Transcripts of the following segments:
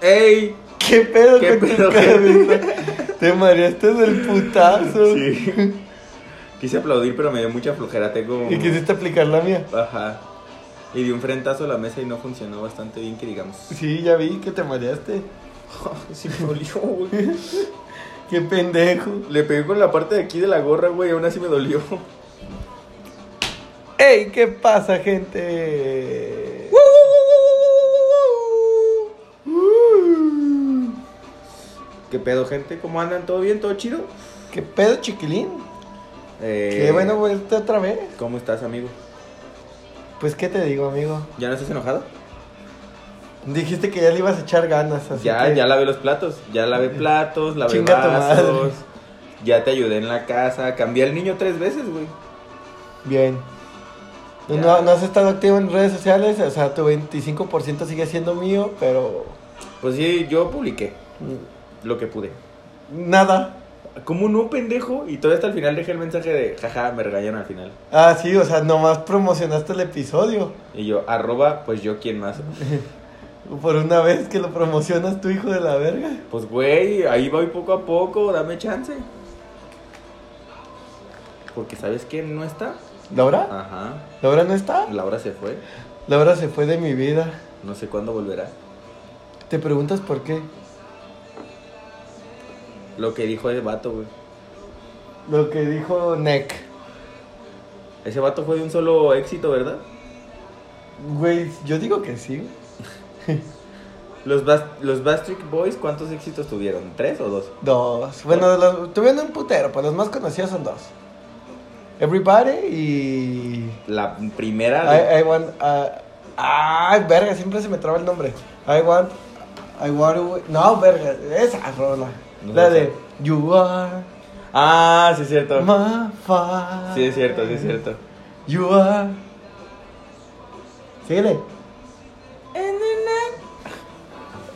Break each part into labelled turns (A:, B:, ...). A: ¡Ey!
B: ¿Qué pedo
A: ¿Qué
B: con tu
A: pedo?
B: cabeza? Te mareaste del putazo.
A: Sí. Quise aplaudir, pero me dio mucha flojera. Tengo.
B: Y quisiste aplicar la mía.
A: Ajá. Y di un frentazo a la mesa y no funcionó bastante bien, que digamos.
B: Sí, ya vi que te mareaste.
A: sí, me dolió, güey.
B: Qué pendejo.
A: Le pegué con la parte de aquí de la gorra, güey, aún así me dolió.
B: ¡Ey! ¿Qué pasa, gente?
A: Uh. ¿Qué pedo, gente? ¿Cómo andan? ¿Todo bien? ¿Todo chido?
B: ¿Qué pedo, chiquilín?
A: Eh,
B: Qué bueno verte otra vez.
A: ¿Cómo estás, amigo?
B: Pues, ¿qué te digo, amigo?
A: ¿Ya no estás enojado?
B: Dijiste que ya le ibas a echar ganas, así
A: ya,
B: que-
A: ya lavé los platos. Ya lavé platos, lavé
B: Chinga tu
A: vasos.
B: madre.
A: Ya te ayudé en la casa. Cambié al niño tres veces, güey.
B: Bien.
A: Ya.
B: No, no has estado activo en redes sociales, o sea, tu 25% sigue siendo mío, pero
A: Pues sí, yo publiqué
B: mm,
A: lo que pude.
B: nada.
A: ¿Cómo no, pendejo? Y todavía hasta el final dejé el mensaje de jaja, me regañan al final.
B: Ah, sí, o sea, nomás promocionaste el episodio.
A: Y yo, arroba, pues yo quién más.
B: Por una vez que lo promocionas tu hijo de la verga.
A: Pues güey, ahí voy poco a poco, dame chance. Porque ¿sabes quién no está?
B: ¿Laura?
A: Ajá.
B: ¿Laura no está?
A: Laura se fue.
B: Laura se fue de mi vida.
A: No sé cuándo volverá.
B: ¿Te preguntas por qué?
A: Lo que dijo ese vato, güey.
B: Lo que dijo Neck.
A: Ese vato fue de un solo éxito, ¿verdad?
B: Güey, yo digo que sí.
A: Los, Bas- los Bastric Boys, ¿cuántos éxitos tuvieron? ¿Tres o dos?
B: Dos. Bueno, de los- tuvieron un putero, pues los más conocidos son dos. Everybody y...
A: La primera...
B: I, I want... ah, ay, verga, siempre se me traba el nombre. I want... I want to... No, verga, esa rola.
A: No
B: la
A: sé.
B: de... You are
A: Ah, sí es cierto.
B: my fire.
A: Sí es cierto, sí es cierto.
B: You are... Síguele.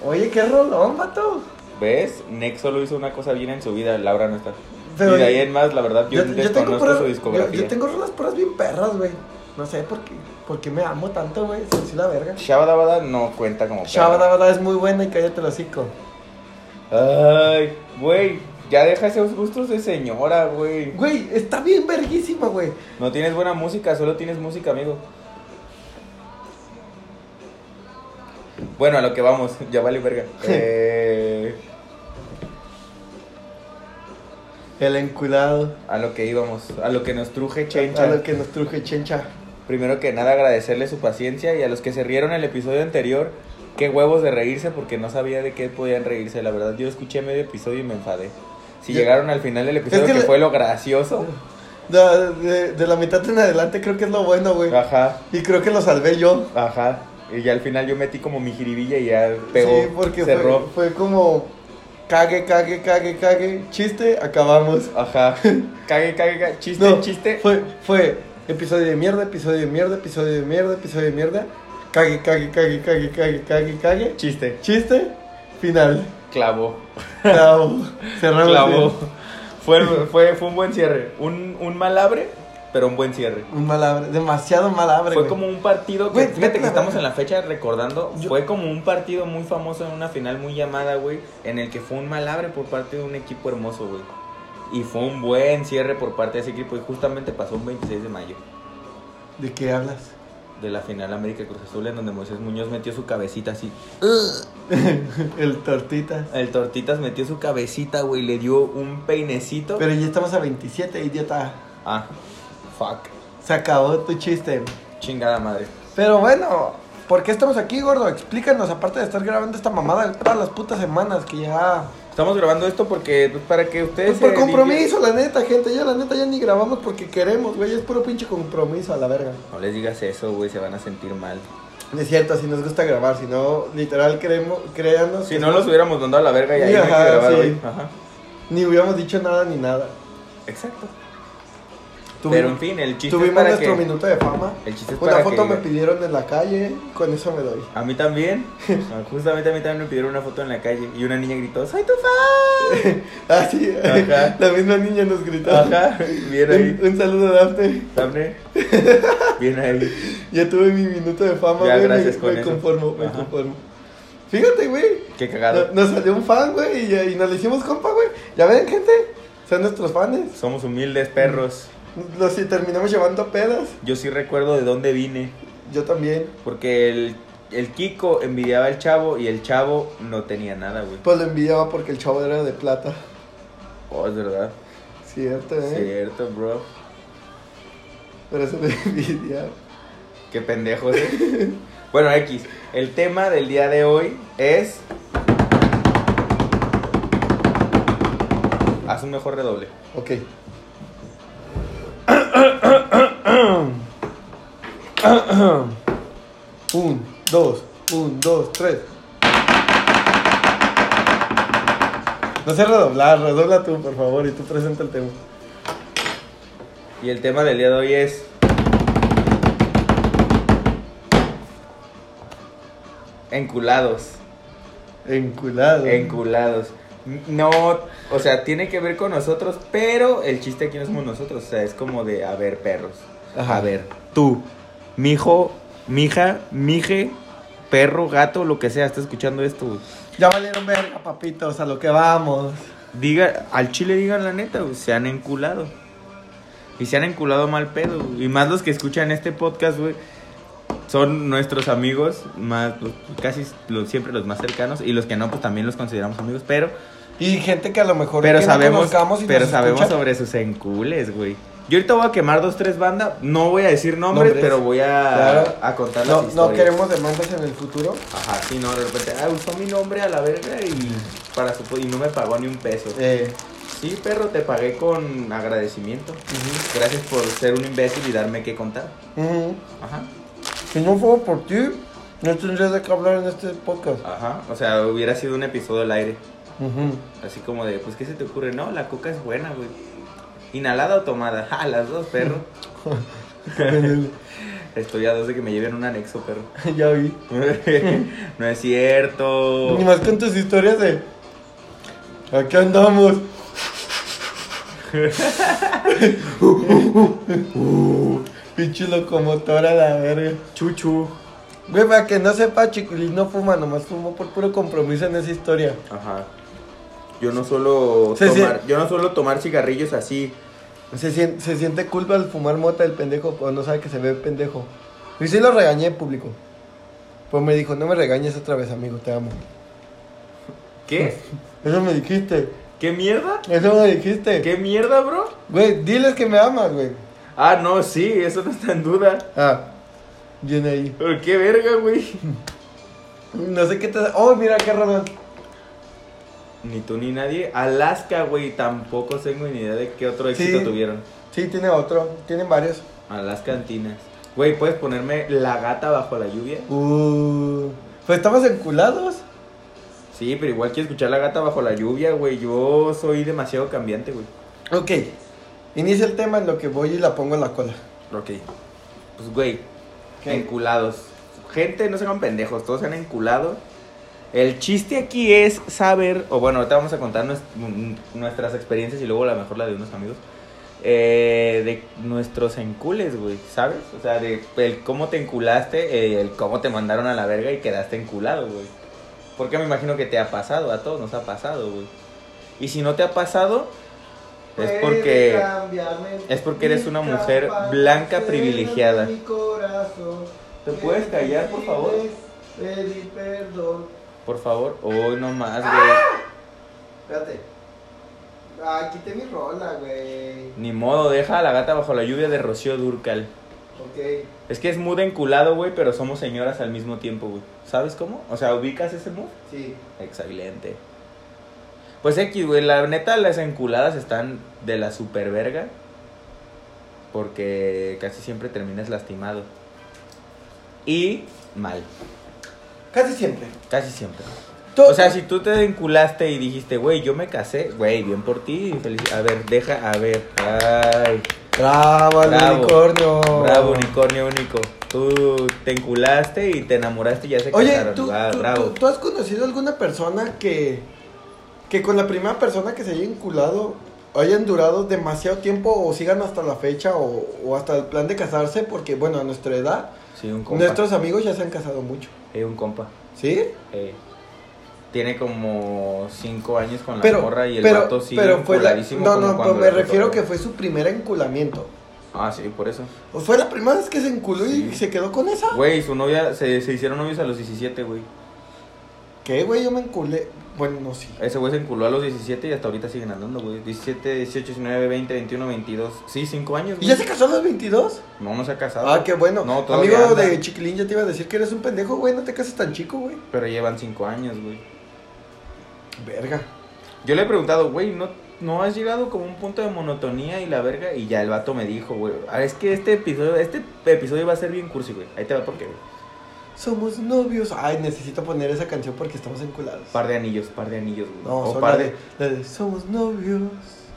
B: Oye, qué rolón, vato.
A: ¿Ves? Nick solo hizo una cosa bien en su vida, Laura no está.
B: Pero-
A: y de ahí en más, la verdad, yo, desconozco
B: puras-
A: su
B: yo,
A: discografía.
B: yo tengo rolas puras bien perras, güey. No sé por qué, por qué me amo tanto, güey. Sí, sí, la verga.
A: Shabadabada no cuenta como perra.
B: Shabadabada es muy buena y cállate el hocico.
A: Ay, güey, ya deja esos gustos de señora, güey.
B: Güey, está bien verguísima, güey.
A: No tienes buena música, solo tienes música, amigo. Bueno, a lo que vamos, ya vale verga. Eh,
B: El enculado.
A: a lo que íbamos, a lo que nos truje Chencha.
B: A lo Ah, que nos truje chencha.
A: Primero que nada agradecerle su paciencia y a los que se rieron el episodio anterior, qué huevos de reírse porque no sabía de qué podían reírse. La verdad, yo escuché medio episodio y me enfadé. Si
B: Yo-
A: llegaron al final del episodio,
B: que
A: que,
B: le-
A: fue lo gracioso.
B: De, de- de la mitad en adelante creo que es lo bueno, güey.
A: Ajá,
B: Y creo que lo salvé yo.
A: ajá. Y ya al final yo metí como mi jiribilla y ya pegó.
B: sí, porque fue,
A: cerró.
B: fue como cague, cague, cague, cague. Chiste, acabamos.
A: Ajá. Cague, cague, cague. Chiste,
B: No,
A: chiste.
B: Fue, fue episodio de mierda, episodio de mierda, episodio de mierda, episodio de mierda. Cague, cague, cague, cague, cague, cague, cague.
A: Chiste.
B: Chiste, final.
A: Clavo.
B: Clavo. Cerramos.
A: Clavo.
B: bien.
A: Fue, fue, fue un buen cierre. Un, un mal abre, pero un buen cierre.
B: Un mal abre, demasiado mal abre.
A: Fue
B: güey.
A: como un partido que,
B: Güey,
A: fíjate
B: vete
A: que
B: la
A: estamos
B: verga.
A: en la fecha recordando,
B: Yo-
A: fue como un partido muy famoso en una final muy llamada, güey, en el que fue un malabre por parte de un equipo hermoso, güey. Y fue un buen cierre por parte de ese equipo y justamente pasó un 26 de mayo
B: ¿De qué hablas?
A: de la final América Cruz Azul en donde Moisés Muñoz metió su cabecita así.
B: El tortita.
A: El Tortitas metió su cabecita, güey, le dio un peinecito.
B: Pero ya estamos a 27, idiota.
A: Ah, fuck.
B: Se acabó tu chiste.
A: Chingada madre.
B: Pero bueno, ¿por qué estamos aquí, gordo? Explícanos, aparte de estar grabando esta mamada todas las putas semanas que ya
A: Estamos grabando esto porque pues, para que ustedes
B: Pues por
A: se
B: compromiso, la neta, gente. Ya, la neta, ya ni grabamos porque queremos, güey. Es puro pinche compromiso a la verga.
A: diviertan. No les digas eso, güey, se van a sentir mal.
B: Es cierto, así nos gusta grabar. Si no, literal, creemos, créanos.
A: Si
B: que
A: no los hubiéramos mandado a la verga y ahí
B: Sí,
A: no hay que
B: ajá,
A: grabar
B: sí.
A: hoy. Ajá.
B: Ni hubiéramos dicho nada ni nada.
A: Exacto.
B: Tuvi-
A: Pero en fin, el chiste es
B: tuvimos
A: para
B: nuestro
A: que-
B: minuto de fama.
A: El chiste es
B: Una
A: para
B: foto
A: que-
B: me pidieron en la calle. Con eso me doy.
A: A mí también. Justamente a mí también me pidieron una foto en la calle y una niña gritó, ¡Soy tu fan!
B: Ah, sí.
A: Ajá.
B: La misma niña nos gritó.
A: Ajá. Bien
B: Un,
A: ahí.
B: un saludo, Dante.
A: Dafne. Bien ahí.
B: Ya tuve mi minuto de fama,
A: Ya,
B: güey. me-
A: gracias con
B: me
A: eso.
B: conformo, me
A: Ajá.
B: conformo. Fíjate, güey.
A: Qué cagado.
B: No- Nos salió un fan, güey, y, y nos le hicimos compa, güey. Ya ven, gente. Son nuestros fans.
A: Somos humildes perros.
B: Los sí, terminamos llevando pedas.
A: Yo sí recuerdo de dónde vine.
B: Yo también.
A: Porque el, el Kiko envidiaba al chavo y el chavo no tenía nada, güey.
B: Pues lo envidiaba porque el chavo era de plata.
A: Oh, es verdad.
B: Cierto, ¿eh?
A: Cierto, bro.
B: Pero eso lo envidiaba.
A: Qué pendejos. ¿eh? bueno, X. El tema del día de hoy es. Haz un mejor redoble.
B: Ok. un, dos, un, dos, tres. No sé redoblar, redobla tú, por favor, y tú presenta el tema.
A: Y el tema del día de hoy es. Enculados.
B: Enculado.
A: Enculados. No, o sea, tiene que ver con nosotros, pero el chiste aquí no somos nosotros. O sea, es como de, a ver, perros.
B: Ajá.
A: A ver, tú, mijo, mija, mije, perro, gato, lo que sea, está escuchando esto. güey.
B: Ya valieron verga, papitos, a lo que vamos.
A: Diga, al chile digan la neta, güey, se han enculado. Y se han enculado mal pedo. güey. Y más los que escuchan este podcast, güey. Son nuestros amigos, más, pues, casi los- siempre los más cercanos. Y los que no, pues también los consideramos amigos. Pero
B: Y gente que a lo mejor
A: Pero
B: que no
A: sabemos,
B: conozcamos y
A: pero
B: nos
A: sabemos
B: escucha.
A: sobre sus encules, güey. Yo ahorita voy a quemar dos, tres bandas. No voy a decir nombres,
B: Nombres.
A: pero voy a,
B: Claro.
A: a contar las
B: No,
A: historias.
B: no queremos demandas en el futuro.
A: Ajá, sí, no, de repente, ah, usó mi nombre a la verga y, para su, y no me pagó ni un peso.
B: Eh,
A: Sí, perro, te pagué con agradecimiento.
B: ujú,
A: Gracias por ser un imbécil y darme que contar.
B: ujú.
A: Ajá,
B: Si no fuera por ti, no tendría de qué hablar en este podcast.
A: ajá. O sea, hubiera sido un episodio al aire.
B: Ujú.
A: Así como de, pues, ¿qué se te ocurre? No, la coca es buena, güey. Inhalada o tomada. A las dos, perro. Estoy a dos de que me lleven un anexo, perro.
B: ya vi.
A: no es cierto.
B: Ni más con tus historias de. Aquí andamos. Pinche locomotora, la verga.
A: Chuchu.
B: Güey, para que no sepa, Chiquilín no fuma, nomás fumó por puro compromiso en esa historia.
A: Ajá. Yo no suelo
B: Sí, sí.
A: tomar, yo no suelo tomar cigarrillos así.
B: Se, sien- se siente culpa al fumar mota el pendejo cuando no sabe que se ve pendejo. Y sí lo regañé público. Pues me dijo, no me regañes otra vez, amigo, te amo.
A: ¿Qué?
B: Eso me dijiste.
A: ¿Qué mierda?
B: Eso me dijiste.
A: ¿Qué mierda, bro?
B: Güey, diles que me amas, güey.
A: Ah, no, sí, eso no está en duda.
B: Ah, viene ahí.
A: Pero qué verga, güey.
B: No sé qué te... Oh, mira qué rolón.
A: Ni tú ni nadie. Alaska, güey, tampoco tengo ni idea de qué otro
B: Sí.
A: éxito tuvieron.
B: Sí, tiene otro. Tienen varios.
A: Alaska Antinas. Güey, ¿puedes ponerme la gata bajo la lluvia?
B: Uh, pues estamos enculados.
A: Sí, pero igual quiero escuchar la gata bajo la lluvia, güey. Yo soy demasiado cambiante, güey.
B: Ok. Inicia el tema en lo que voy y la pongo en la cola.
A: Ok. Pues, güey,
B: ¿Qué?
A: enculados. Gente, no se hagan pendejos, todos se han enculado. El chiste aquí es saber, o bueno, ahorita vamos a contar nues- mm, nuestras experiencias y luego a lo mejor la de unos amigos. eh, de nuestros encules, güey, ¿sabes? O sea, de el cómo te enculaste, eh, el cómo te mandaron a la verga y quedaste enculado, güey. Porque me imagino que te ha pasado, a todos nos ha pasado, güey. Y si no te ha pasado, es porque... es porque eres una mujer blanca privilegiada. ¿Te puedes callar, por favor?
B: Pedí perdón.
A: Por favor, hoy no más, güey.
B: Espérate. Ah, quité mi rola, güey.
A: Ni modo, deja a la gata bajo la lluvia de Rocío Durcal.
B: Ok.
A: Es que es mood enculado, güey, pero somos señoras al mismo tiempo, güey. ¿Sabes cómo? O sea, ubicas ese mood.
B: Sí.
A: Excelente. Pues X, güey, la neta, las enculadas están de la super verga. Porque casi siempre terminas lastimado. Y mal,
B: Casi siempre.
A: casi siempre.
B: Todo-
A: O sea, si tú te enculaste y dijiste, güey, yo me casé, güey, bien por ti. felici- A ver, deja, a ver. Ay.
B: Bravo, el
A: Bravo.
B: unicornio.
A: Bravo, unicornio único. Tú te enculaste y te enamoraste y ya se
B: Oye,
A: casaron.
B: ¿tú,
A: Ah,
B: tú-
A: bravo.
B: tú- tú has conocido alguna persona que, que con la primera persona que se haya vinculado hayan durado demasiado tiempo o sigan hasta la fecha o, o hasta el plan de casarse? Porque, bueno, a nuestra edad,
A: Sí, un compa.
B: nuestros amigos ya se han casado mucho.
A: Eh, un compa.
B: ¿Sí?
A: Eh, tiene como 5 años con la
B: Pero,
A: morra y el
B: pero,
A: vato sigue
B: pero fue la...
A: enculadísimo
B: No,
A: como
B: no,
A: cuando
B: pero me
A: la
B: refiero
A: tocó.
B: que fue su primer enculamiento.
A: Ah, sí, por eso.
B: ¿O fue la primera vez que se enculó y
A: Sí.
B: se quedó con esa?
A: Güey, su novia, se, se hicieron novios a los 17, güey.
B: ¿Qué, güey? Yo me enculé. Bueno, no, sí.
A: Ese güey se enculó a los 17 y hasta ahorita siguen andando, güey. 17, 18, 19, 20, 21, 22. Sí, 5 años,
B: ¿Y
A: güey.
B: ya se casó a los 22?
A: No, no se ha casado.
B: Ah, qué bueno.
A: No, todavía
B: Amigo
A: anda.
B: de Chiquilín, ya te iba a decir que eres un pendejo, güey. No te cases tan chico, güey.
A: Pero llevan 5 años, güey.
B: Verga.
A: Yo le he preguntado, güey, ¿no, ¿no has llegado como a un punto de monotonía y la verga? Y ya el vato me dijo, güey, "Ah, es que este episodio, este episodio va a ser bien cursi, güey. Ahí te va porque, güey.
B: Somos novios. Ay, necesito poner esa canción porque estamos enculados.
A: Par de anillos, par de anillos, güey.
B: no,
A: O
B: son
A: par
B: la de, la de Somos novios.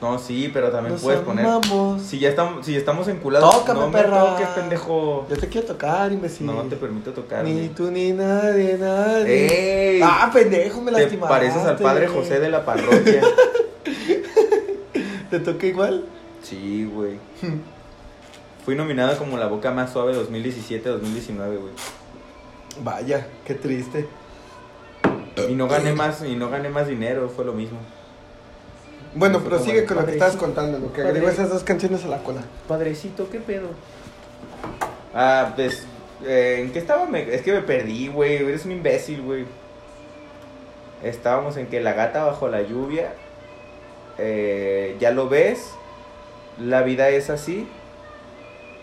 A: No, sí, pero también
B: nos
A: puedes poner.
B: amamos.
A: Si ya estamos, si ya estamos enculados,
B: Tócame,
A: no me
B: perra.
A: toques, pendejo.
B: Yo te quiero tocar, imbécil.
A: No te permito tocar.
B: Ni tú ni nadie, nadie.
A: ¡Ey!
B: Ah, pendejo, me
A: te
B: lastimaste.
A: pareces al padre José de la parroquia.
B: ¿Te toca igual?
A: sí, güey. Fui nominada como la boca más suave 2017-2019, güey.
B: Vaya, qué triste.
A: Y no gané más, y no gané más dinero, fue lo mismo.
B: Bueno,
A: Fue
B: pero
A: como
B: sigue
A: el
B: con lo que
A: padrecito.
B: estabas contando, lo que
A: Padre.
B: agregó esas dos canciones a la cola.
A: Padrecito, ¿qué pedo? Ah, pues, eh, ¿en qué estaba? Me- es que me perdí, güey, eres un imbécil, güey. Estábamos en que la gata bajo la lluvia, eh, ya lo ves, la vida es así,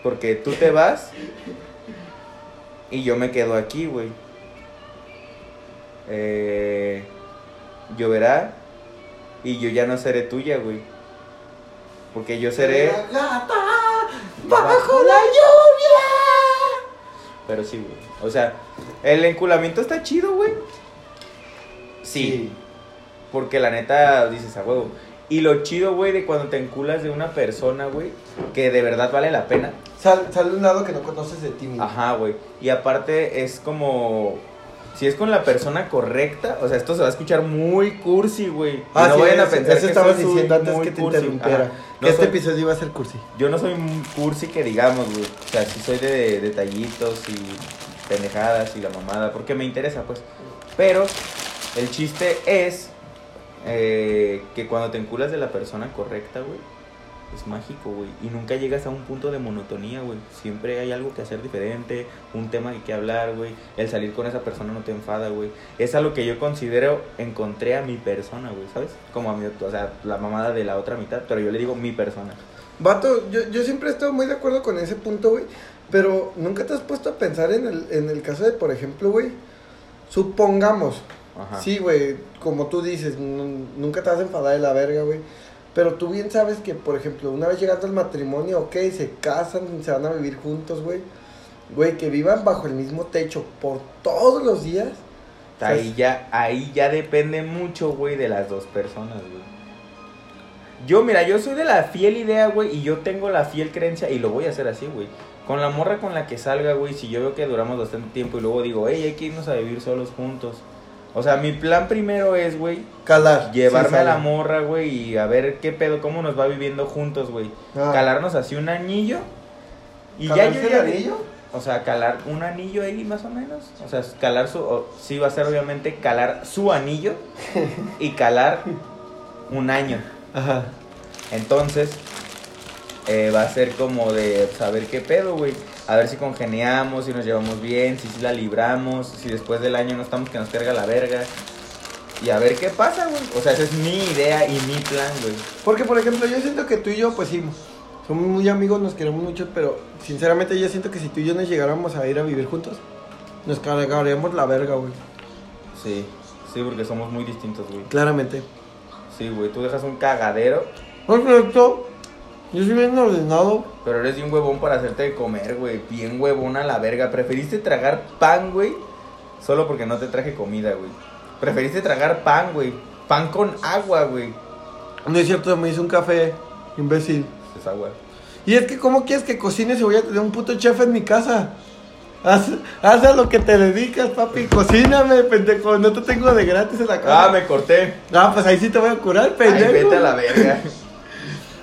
A: porque tú te vas y yo me quedo aquí, güey. Eh, lloverá y yo ya no seré tuya, güey. Porque yo seré...
B: La gata bajo la lluvia.
A: Pero sí, güey. O sea, el enculamiento está chido, güey. Sí, Porque la neta dices a huevo. Y lo chido, güey, de cuando te enculas de una persona, güey, que de verdad vale la pena.
B: Sal, sale un lado que no conoces de ti mismo.
A: Ajá, güey. Y aparte es como. Si es con la persona correcta, o sea, esto se va a escuchar muy cursi, güey. Y
B: Ah,
A: no
B: sí,
A: vayan a
B: eso-
A: pensar
B: eso
A: que
B: estabas
A: soy
B: diciendo antes
A: muy
B: que te
A: cursi.
B: interrumpiera.
A: Ajá.
B: Que
A: No
B: este
A: soy-
B: episodio iba a ser cursi.
A: Yo no soy un cursi que digamos, güey. O sea, sí soy de detallitos y pendejadas y la mamada, porque me interesa, pues. Pero el chiste es eh, que cuando te enculas de la persona correcta, güey, es mágico, güey. Y nunca llegas a un punto de monotonía, güey. Siempre hay algo que hacer diferente, un tema que hay que hablar, güey. El salir con esa persona no te enfada, güey. Es a lo que yo considero encontré a mi persona, güey, ¿sabes? Como a mi, o sea, la mamada de la otra mitad, pero yo le digo mi persona.
B: Vato, yo, yo siempre he estado muy de acuerdo con ese punto, güey. Pero nunca te has puesto a pensar en el, en el caso de, por ejemplo, güey. Supongamos,
A: Ajá.
B: sí, güey, como tú dices, nun- nunca te vas a enfadar de la verga, güey. Pero tú bien sabes que, por ejemplo, una vez llegando al matrimonio, ok, se casan, se van a vivir juntos, güey. Güey, que vivan bajo el mismo techo por todos los días.
A: Ahí ya, ahí ya depende mucho, güey, de las dos personas, güey. Yo, mira, yo soy de la fiel idea, güey, y yo tengo la fiel creencia, y lo voy a hacer así, güey. Con la morra con la que salga, güey, si yo veo que duramos bastante tiempo y luego digo, hey, hay que irnos a vivir solos juntos. O sea, mi plan primero es, güey,
B: Calar.
A: llevarme
B: sin
A: a la
B: salir.
A: morra, güey, y a ver qué pedo, cómo nos va viviendo juntos, güey.
B: Ah,
A: Calarnos así un anillo. Y ya
B: ¿calarse
A: yo
B: el
A: ya-
B: anillo?
A: o sea, calar un anillo ahí más o menos. O sea, calar su... o- sí va a ser obviamente calar su anillo y calar un año.
B: Ajá.
A: Entonces, eh, va a ser como de saber qué pedo, güey. A ver si congeniamos, si nos llevamos bien, si, sí la libramos, si después del año no estamos que nos carga la verga. Y a ver qué pasa, güey. O sea, esa es mi idea y mi plan, güey.
B: Porque, por ejemplo, yo siento que tú y yo, pues sí, somos muy amigos, nos queremos mucho, pero sinceramente yo siento que si tú y yo nos llegáramos a ir a vivir juntos, nos cargaríamos la verga, güey.
A: Sí, sí, porque somos muy distintos, güey.
B: Claramente.
A: Sí, güey, tú dejas un cagadero
B: Por cierto, yo soy bien ordenado.
A: Pero eres bien huevón para hacerte de comer, güey. Bien huevón a la verga. Preferiste tragar pan, güey. Solo porque no te traje comida, güey. Preferiste tragar pan, güey. Pan con agua, güey.
B: No es cierto, me hice un café, imbécil.
A: Es agua.
B: Y es que, ¿cómo quieres que cocine si voy a tener un puto chef en mi casa? Haz, haz a lo que te dedicas, papi. Cocíname, pendejo. No te tengo de gratis en la
A: Ah,
B: casa.
A: me corté.
B: Ah, pues ahí sí te voy a curar,
A: Ay,
B: pendejo.
A: vete a la verga.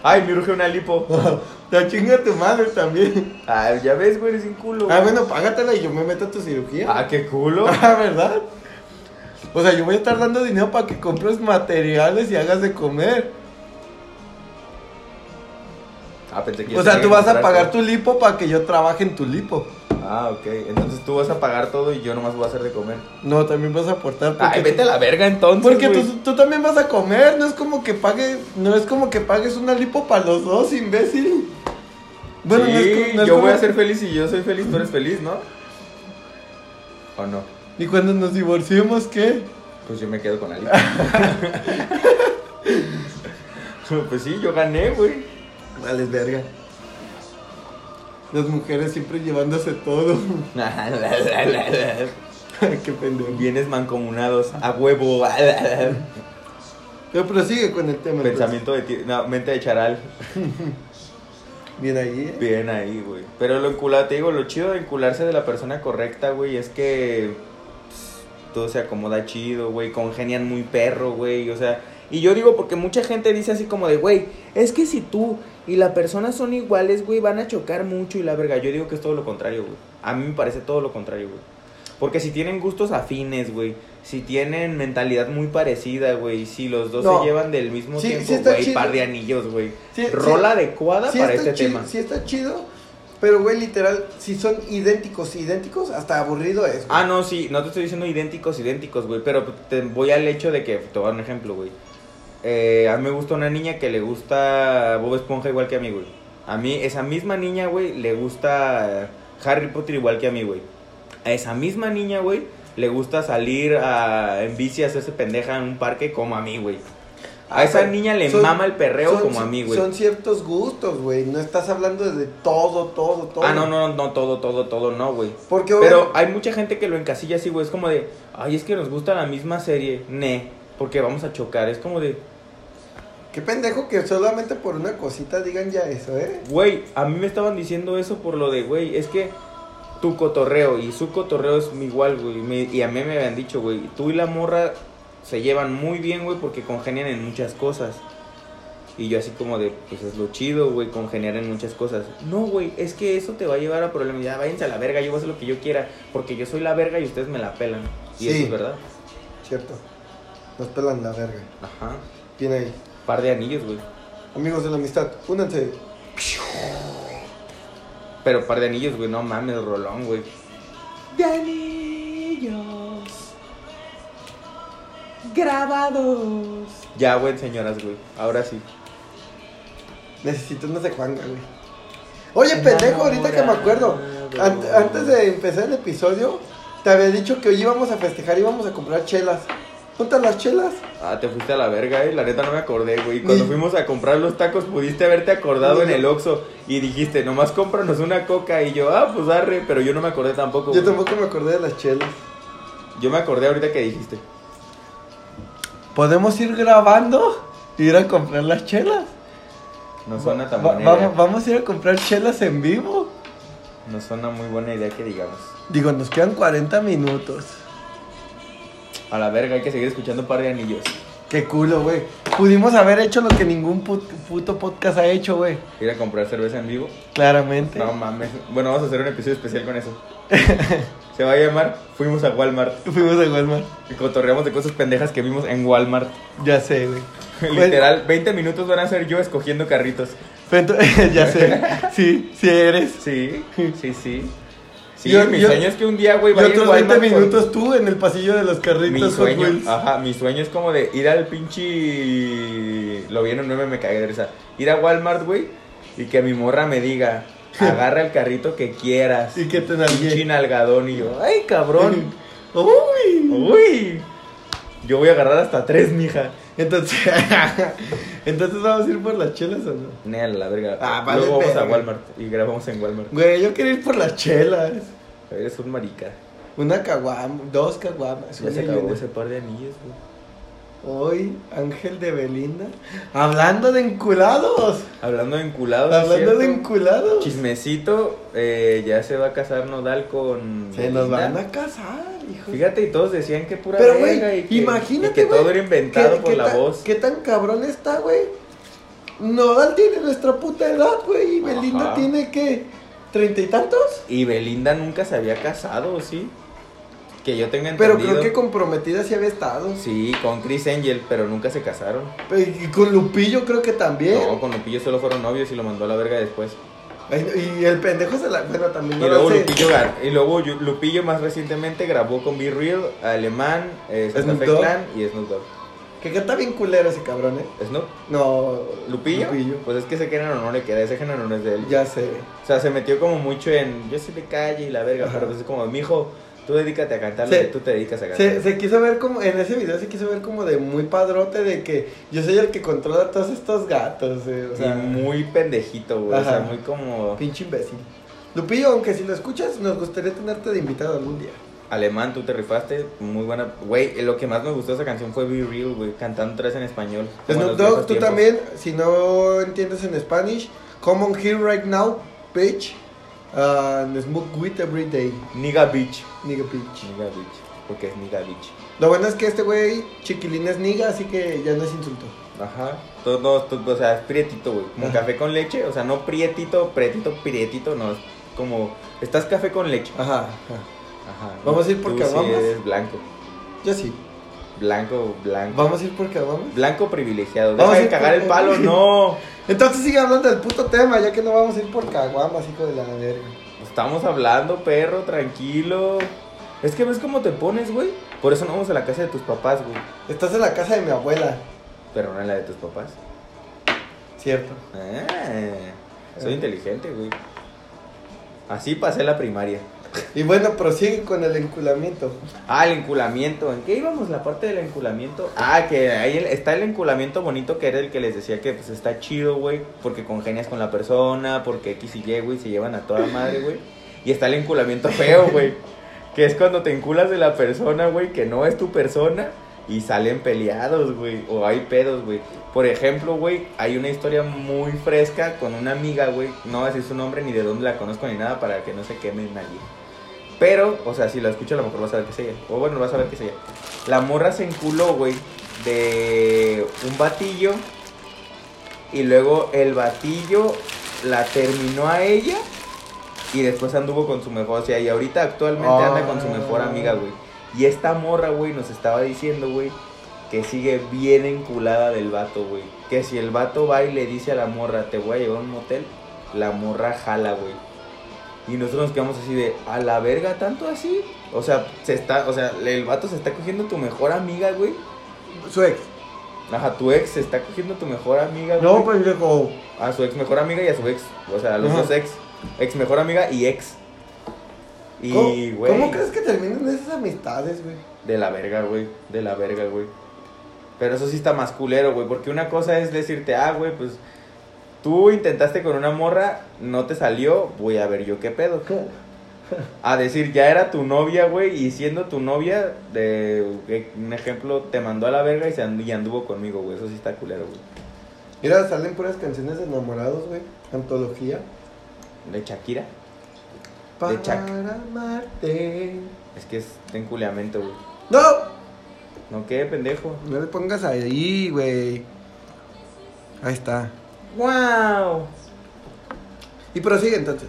A: Ay, me urge una lipo.
B: La chinga tu madre también.
A: Ay, ya ves, güey, eres un culo.
B: Ah,
A: güey.
B: bueno, págatela y yo me meto a tu cirugía.
A: Ah, qué culo.
B: Ah, ¿verdad? O sea, yo voy a estar dando dinero para que compres materiales y hagas de comer.
A: Ah, pensé que yo
B: O sea,
A: tenía
B: tú
A: que
B: vas a
A: comprar
B: pagar
A: todo.
B: tu lipo para que yo trabaje en tu lipo.
A: Ah, ok. Entonces tú vas a pagar todo y yo nomás voy a hacer de comer.
B: No, también vas a aportar. porque
A: Ay, vete a
B: tú-
A: la verga entonces.
B: Porque
A: güey.
B: tú, tú también vas a comer, no es como que pague, no es como que pagues una lipo para los dos, imbécil. Bueno,
A: Sí,
B: no es, co- no es
A: yo
B: como-
A: voy a ser feliz y yo soy feliz, tú eres feliz, ¿no? ¿O no?
B: ¿Y cuando nos divorciemos qué?
A: Pues yo me quedo con la lipo. pues sí, yo gané, güey.
B: Vales verga. Las mujeres siempre llevándose todo. Qué pendejo.
A: Bienes mancomunados, a huevo.
B: Pero prosigue con el tema. entonces.
A: Pensamiento de ti- no, mente de charal.
B: Bien ahí. ¿eh?
A: Bien ahí, güey. Pero lo enculado, te digo, lo chido de encularse de la persona correcta, güey, es que pues, todo se acomoda chido, güey, congenian muy perro, güey, o sea, y yo digo porque mucha gente dice así como de, güey, es que si tú y la persona son iguales, güey, van a chocar mucho y la verga, yo digo que es todo lo contrario, güey. A mí me parece todo lo contrario, güey. Porque si tienen gustos afines, güey, si tienen mentalidad muy parecida, güey, si los dos
B: No.
A: se llevan del mismo
B: Sí, sí
A: tiempo,
B: está
A: güey,
B: chido.
A: par de anillos, güey.
B: Sí, sí.
A: Rola adecuada
B: Sí
A: para
B: está
A: este
B: chido,
A: tema.
B: sí está chido, pero güey, literal, si son idénticos, idénticos, hasta aburrido es. güey.
A: Ah, no, sí, no te estoy diciendo idénticos, idénticos, güey, pero te voy al hecho de que, te voy a dar un ejemplo, güey. Eh, a mí me gusta una niña que le gusta Bob Esponja igual que a mí, güey. A mí, esa misma niña, güey, le gusta Harry Potter igual que a mí, güey. A esa misma niña, güey, le gusta salir a, en bici a hacerse pendeja en un parque como a mí, güey. A
B: Ah,
A: esa
B: pero
A: niña le
B: son-
A: mama el perreo
B: son-
A: como a mí, güey.
B: Son ciertos gustos, güey. No estás hablando de todo, todo, todo.
A: Ah, no, no, no, todo, todo, todo, no, güey.
B: Porque, pero,
A: Pero hay mucha gente que lo encasilla así, güey. Es como de, ay, es que nos gusta la misma serie. Ne, porque vamos a chocar. Es como de,
B: qué pendejo que solamente por una cosita digan ya eso, ¿eh?
A: güey, a mí me estaban diciendo eso por lo de, güey, es que tu cotorreo y su cotorreo es igual, güey. Me- Y a mí me habían dicho, güey, tú y la morra se llevan muy bien, güey, porque congenian en muchas cosas. Y yo así como de, pues es lo chido, güey, congeniar en muchas cosas. No, güey, es que eso te va a llevar a problemas. Ya, váyanse a la verga, yo voy a hacer lo que yo quiera, porque yo soy la verga y ustedes me la pelan. Y
B: Sí.
A: eso es verdad.
B: Cierto. Nos pelan la verga.
A: Ajá.
B: Bien ahí.
A: Par de anillos, güey.
B: Amigos de la amistad, únanse.
A: Pero par de anillos, güey, no mames, rolón, güey. De anillos. Grabados. Ya, güey, señoras, güey. Ahora sí.
B: Necesito unas de Juanga, güey. Oye, pendejo, ahorita que me acuerdo. ant- antes de empezar el episodio, te había dicho que hoy íbamos a festejar, íbamos a comprar chelas. ¿Juntas las chelas?
A: Ah, te fuiste a la verga, eh. La neta no me acordé, güey. Cuando
B: Ni-
A: fuimos a comprar los tacos, pudiste haberte acordado en
B: Ni-
A: el Oxxo y dijiste, nomás cómpranos una coca. Y yo, ah, pues arre. Pero yo no me acordé tampoco.
B: Yo
A: güey.
B: tampoco me acordé de las chelas.
A: Yo me acordé ahorita que dijiste.
B: ¿Podemos ir grabando? Y ir a comprar las chelas.
A: No suena tan
B: Va-
A: buena idea.
B: vamos, vamos a ir a comprar chelas en vivo.
A: No suena muy buena idea que digamos.
B: Digo, nos quedan 40 minutos.
A: A la verga, hay que seguir escuchando par de anillos.
B: Qué culo, güey. Pudimos haber hecho lo que ningún put- puto podcast ha hecho, güey.
A: Ir a comprar cerveza en vivo.
B: Claramente.
A: No mames. Bueno, vamos a hacer un episodio especial con eso. Se va a llamar Fuimos a Walmart
B: Fuimos a Walmart.
A: y cotorreamos de cosas pendejas que vimos en Walmart.
B: Ya sé, güey.
A: Literal, 20 minutos van a ser yo escogiendo carritos.
B: Pero ento- ya sé. Sí, sí eres.
A: Sí, sí, sí. Sí,
B: Yo-
A: mi
B: yo-
A: sueño es que un día,
B: Y
A: güey, vaya a ir
B: otros
A: Walmart
B: 20
A: con-
B: minutos tú en el pasillo de los carritos
A: pues. Mi
B: Hot
A: sueño,
B: Wheels.
A: ajá, mi sueño es como de ir al pinche. Lo vi en un meme, me cagué de risa. Ir a Walmart, güey, y que mi morra me diga, agarra el carrito que quieras.
B: Y que te nalguee.
A: Pinche nalgadón, y yo, ay, cabrón.
B: Uy.
A: Uy, yo voy a agarrar hasta tres, mija.
B: Entonces, entonces vamos a ir por las chelas o no?
A: Nel, la verga.
B: Ah, vale,
A: Luego vamos a
B: verga.
A: Walmart y grabamos en Walmart.
B: Güey, yo quiero ir por las chelas.
A: Eres un marica.
B: Una caguama, dos caguamas.
A: Ya
B: una
A: se
B: y
A: acabó
B: una.
A: ese par de anillos, güey.
B: Hoy, Ángel de Belinda. Hablando de enculados.
A: Hablando de enculados. ¿es
B: Hablando
A: Ah, cierto?
B: de enculados.
A: Chismecito, eh, ya se va a casar Nodal con.
B: Se nos
A: Belinda.
B: van a casar, hijo.
A: Fíjate, y todos decían que pura
B: Pero,
A: verga
B: güey,
A: y que,
B: imagínate,
A: y que
B: güey,
A: todo era inventado
B: ¿Qué-
A: por
B: qué
A: la
B: tan-
A: voz.
B: ¿Qué tan cabrón está, güey? Nodal tiene nuestra puta edad, güey. Y
A: Ajá.
B: Belinda tiene, ¿qué? ¿Treinta y tantos?
A: Y Belinda nunca se había casado, ¿sí? Que yo tenga
B: Pero
A: entendido.
B: creo que comprometida sí había estado.
A: Sí, con Chris Angel, pero nunca se casaron.
B: Pero- Y con Lupillo creo que también.
A: No, con Lupillo solo fueron novios y lo mandó a la verga después.
B: Ay, no, Y el pendejo se la. Bueno, también.
A: Y
B: no
A: luego,
B: sé.
A: Lupillo, gar- y luego Yu- Lupillo más recientemente grabó con Be Real, Alemán, eh, Santa
B: Snoop
A: Fe
B: Dogg.
A: Clan y Snoop Dogg.
B: Que canta bien culero ese cabrón, ¿eh?
A: ¿Snoop?
B: No.
A: ¿Lupillo? Pues es que ese género no le queda, ese género no es de él.
B: Ya sé.
A: O sea, se metió como mucho en yo soy de calle y la verga,
B: Ajá.
A: pero pues es como, mijo, tú dedícate a cantar lo
B: Sí.
A: que tú te dedicas a cantar.
B: Se, se quiso ver como. En ese video se quiso ver como de muy padrote de que yo soy el que controla a todos estos gatos, eh, O
A: Sí,
B: sea,
A: muy pendejito, güey. O sea,
B: Ajá.
A: muy como
B: Pinche imbécil. Lupillo, aunque si lo escuchas, nos gustaría tenerte de invitado algún día.
A: alemán, tú te rifaste, muy buena. Güey, lo que más me gustó de esa canción fue Be Real, güey, cantando tres en español. como en
B: Snoop Dogg,
A: los viejos
B: tú
A: tiempos.
B: también, si no entiendes en Spanish, come on here right now, bitch, and smoke weed every day,
A: Nigga Beach.
B: nigga bitch.
A: Nigga Beach, porque es Nigga Beach.
B: Lo bueno es que este güey, chiquilín es nigga, así que ya no es insulto.
A: Ajá. Todo, todo, o sea, es prietito, güey. Como
B: Ajá.
A: café con leche, o sea, no prietito, prietito, prietito, no. Es como, estás café con leche.
B: Ajá, ajá.
A: Ajá.
B: Vamos a ir por
A: Tú
B: caguamas.
A: sí eres blanco.
B: Yo sí.
A: Blanco, blanco.
B: Vamos a ir porque vamos.
A: Blanco privilegiado.
B: Vamos
A: Deja
B: a
A: de
B: ir
A: cagar
B: por-
A: el palo, no.
B: Entonces sigue hablando del puto tema, ya que no vamos a ir por caguamas, hijo de la verga.
A: Estamos hablando, perro, tranquilo. Es que ves cómo te pones, güey. Por eso no vamos a la casa de tus papás, güey.
B: Estás en la casa de mi abuela,
A: Pero no en la de tus papás.
B: ¿cierto?
A: Ah, soy
B: Ah.
A: inteligente, güey. Así pasé la primaria.
B: Y bueno, prosigue con el enculamiento.
A: Ah, el enculamiento. ¿En qué íbamos la parte del enculamiento? Ah, que ahí el- está el enculamiento bonito que era el que les decía que pues está chido, güey, porque congenias con la persona, porque X y Y, güey, se llevan a toda madre, güey. Y está el enculamiento feo, güey, que es cuando te enculas de la persona, güey, que no es tu persona y salen peleados, güey, o hay pedos, güey. Por ejemplo, güey, hay una historia muy fresca con una amiga, güey, no voy a decir su nombre ni de dónde la conozco ni nada para que no se queme nadie. Pero, o sea, si la escuchas a lo mejor vas a ver que es ella. O bueno, vas a ver que es ella. La morra se enculó, güey, de un batillo. Y luego el batillo la terminó a ella. Y después anduvo con su mejor. O sea, y ahorita actualmente anda con su mejor
B: Ah.
A: amiga, güey. Y esta morra, güey, nos estaba diciendo, güey, que sigue bien enculada del vato, güey. Que si el vato va y le dice a la morra, te voy a llevar a un motel, la morra jala, güey. Y nosotros nos quedamos así de, a la verga, tanto así. O sea, se está, o sea, el vato se está cogiendo tu mejor amiga, güey.
B: Su ex.
A: Ajá, tu ex se está cogiendo tu mejor amiga, güey.
B: No, pendejo.
A: A su ex mejor amiga y a su ex. O sea, a los
B: Ajá.
A: dos ex. Ex mejor amiga y ex. Y,
B: ¿Cómo,
A: güey.
B: ¿Cómo crees que terminan esas amistades, güey?
A: De la verga, güey. De la verga, güey. Pero eso sí está más culero, güey. Porque una cosa es decirte, ah, güey, pues tú intentaste con una morra, no te salió, voy a ver yo qué pedo. A decir, ya era tu novia, güey, y siendo tu novia, de eh, un ejemplo, te mandó a la verga y, se andu- y anduvo conmigo, güey. Eso sí está culero, güey.
B: Mira, salen puras canciones de enamorados, güey. Antología.
A: De Shakira.
B: Para
A: De Chac.
B: amarte.
A: Es que es de enculeamiento, güey.
B: ¡No!
A: No, qué pendejo.
B: No le pongas ahí, güey. Ahí está.
A: ¡Wow!
B: Y prosigue entonces.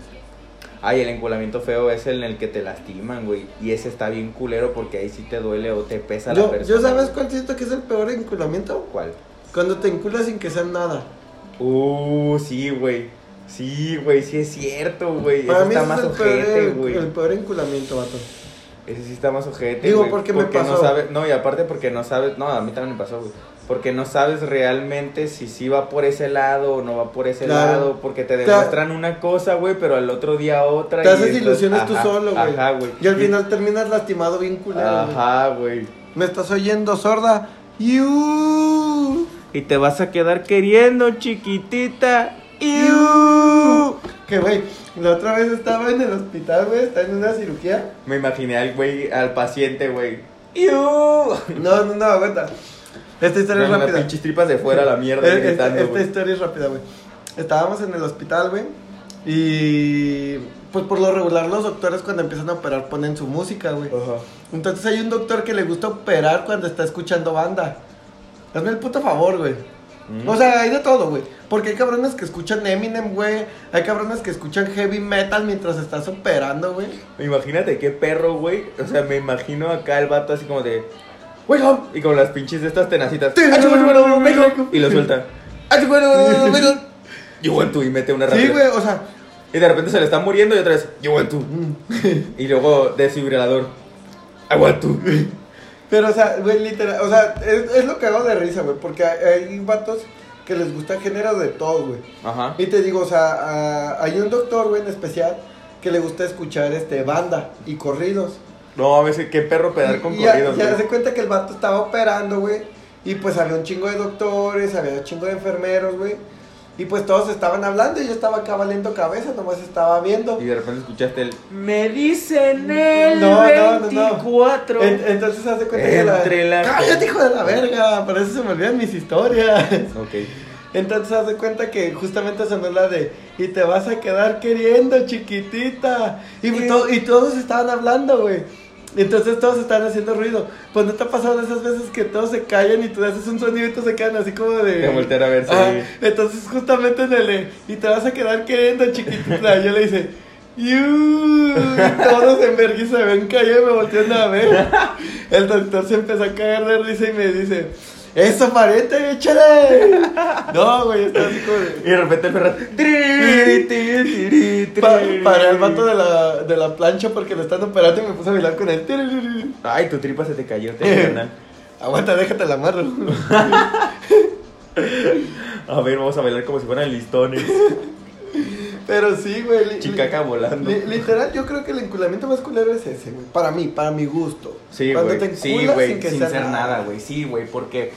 A: Ay, el enculamiento feo es el en el que te lastiman, güey. Y ese está bien culero porque ahí sí te duele o te pesa la
B: Yo,
A: persona.
B: ¿yo sabes
A: güey.
B: cuál siento que es el peor enculamiento?
A: cuál?
B: Cuando te enculas sin que sea nada.
A: Uh, sí, güey. Sí, güey, sí es cierto, güey. Ese
B: Para mí
A: está
B: ese
A: más
B: es el peor,
A: ojete,
B: el,
A: güey.
B: el peor enculamiento, vato.
A: Ese sí está más ojete,
B: Digo,
A: güey,
B: porque me
A: No,
B: pasó.
A: sabe, no, y aparte porque no sabes... No, a mí también me pasó, güey. Porque no sabes realmente si sí va por ese lado o no va por ese
B: Claro.
A: lado. Porque te
B: Te-
A: demuestran una cosa, güey, pero al otro día otra.
B: Te
A: y
B: haces
A: entonces-
B: ilusiones tú
A: ajá,
B: solo, güey.
A: Ajá, güey.
B: Y al final terminas lastimado bien culero. güey.
A: Ajá, güey.
B: Me estás oyendo sorda. ¡Iu!
A: Y te vas a quedar queriendo, chiquitita.
B: ¡Iu! Que güey, la otra vez estaba en el hospital, güey, estaba en una cirugía.
A: Me imaginé al güey, al paciente, güey. ¡Iu!
B: No, no, no, aguanta. Esta historia
A: Con
B: es
A: las
B: rápida.
A: pinches tripas de fuera a la mierda
B: Eh, esta,
A: gritando,
B: esta
A: güey.
B: historia es rápida, güey. Estábamos en el hospital, güey. Y pues por lo regular los doctores cuando empiezan a operar ponen su música, güey.
A: Ajá.
B: Entonces hay un doctor que le gusta operar cuando está escuchando banda. Hazme el puto favor, güey.
A: Mm.
B: O sea, hay de todo, güey. Porque hay cabrones que escuchan Eminem, güey. Hay cabrones que escuchan heavy metal mientras estás operando, güey.
A: Imagínate qué perro, güey. O sea, me imagino acá el vato así como de. "Wake up", Y con las pinches de estas tenacitas. "Ah,
B: Sí. Ah,
A: "Achu, bueno, bueno, bueno, wake up", Y lo suelta. "Achu, bueno, bueno, bueno, wake up". You want to. Y mete una
B: Sí,
A: rápida.
B: güey, o sea.
A: Y de repente se le está muriendo y otra vez. You want to. Y luego desfibrilador. I want to.
B: Pero, o sea, güey, literal. O sea, es, es lo que hago de risa, güey. Porque hay, hay vatos que les gusta géneros de todo, güey.
A: Ajá.
B: Y te digo, o sea, a- hay un doctor, güey, en especial que le gusta escuchar este banda y corridos.
A: No, a veces qué perro pedar con
B: Y ya-
A: corridos,
B: Ya,
A: güey.
B: se cuenta que el vato estaba operando, güey. Y pues había un chingo de doctores, había un chingo de enfermeros, güey. Y pues todos estaban hablando y yo estaba acá valiendo cabeza, nomás estaba viendo.
A: Y de repente escuchaste el. Me dicen el
B: No, no, no, no.
A: 24.
B: En- entonces se hace cuenta que
A: Entre la-
B: ¡Cállate, hijo de la verga! Por eso se me olvidan mis historias.
A: Ok.
B: Entonces se hace cuenta que justamente sonó la de Y te vas a quedar queriendo, chiquitita Y,
A: Sí.
B: to- y todos estaban hablando, güey entonces todos estaban haciendo ruido. Pues no te ha pasado esas veces que todos se callan y tú haces un sonido y todos se quedan así como de.
A: De voltear a ver, sí.
B: Ajá. Entonces, justamente en el. de, Y te vas a quedar queriendo, chiquitita. Yo le hice. "Yu", Y todos en vergüenza se ven callados y me voltean a ver. El doctor se empezó a cagar de risa y me dice. ¡Eso, pariente, échale! No, güey, está así como de-
A: Y de repente el perro.
B: Pa- para el vato de la, de la plancha porque lo están operando y me puse a bailar con él.
A: Ay, tu tripa se te cayó, te carnal.
B: Aguanta, déjate la amarro.
A: A ver, vamos a bailar como si fueran listones.
B: Pero sí, güey. li-
A: Chicaca
B: li-
A: volando.
B: li- literal, yo creo que el enculamiento más culero es ese, güey. Para mí, para mi gusto.
A: Sí,
B: Cuando
A: güey.
B: te enculas
A: Sí, güey. Sin,
B: que sea
A: ser nada, güey. Sí, güey. Porque,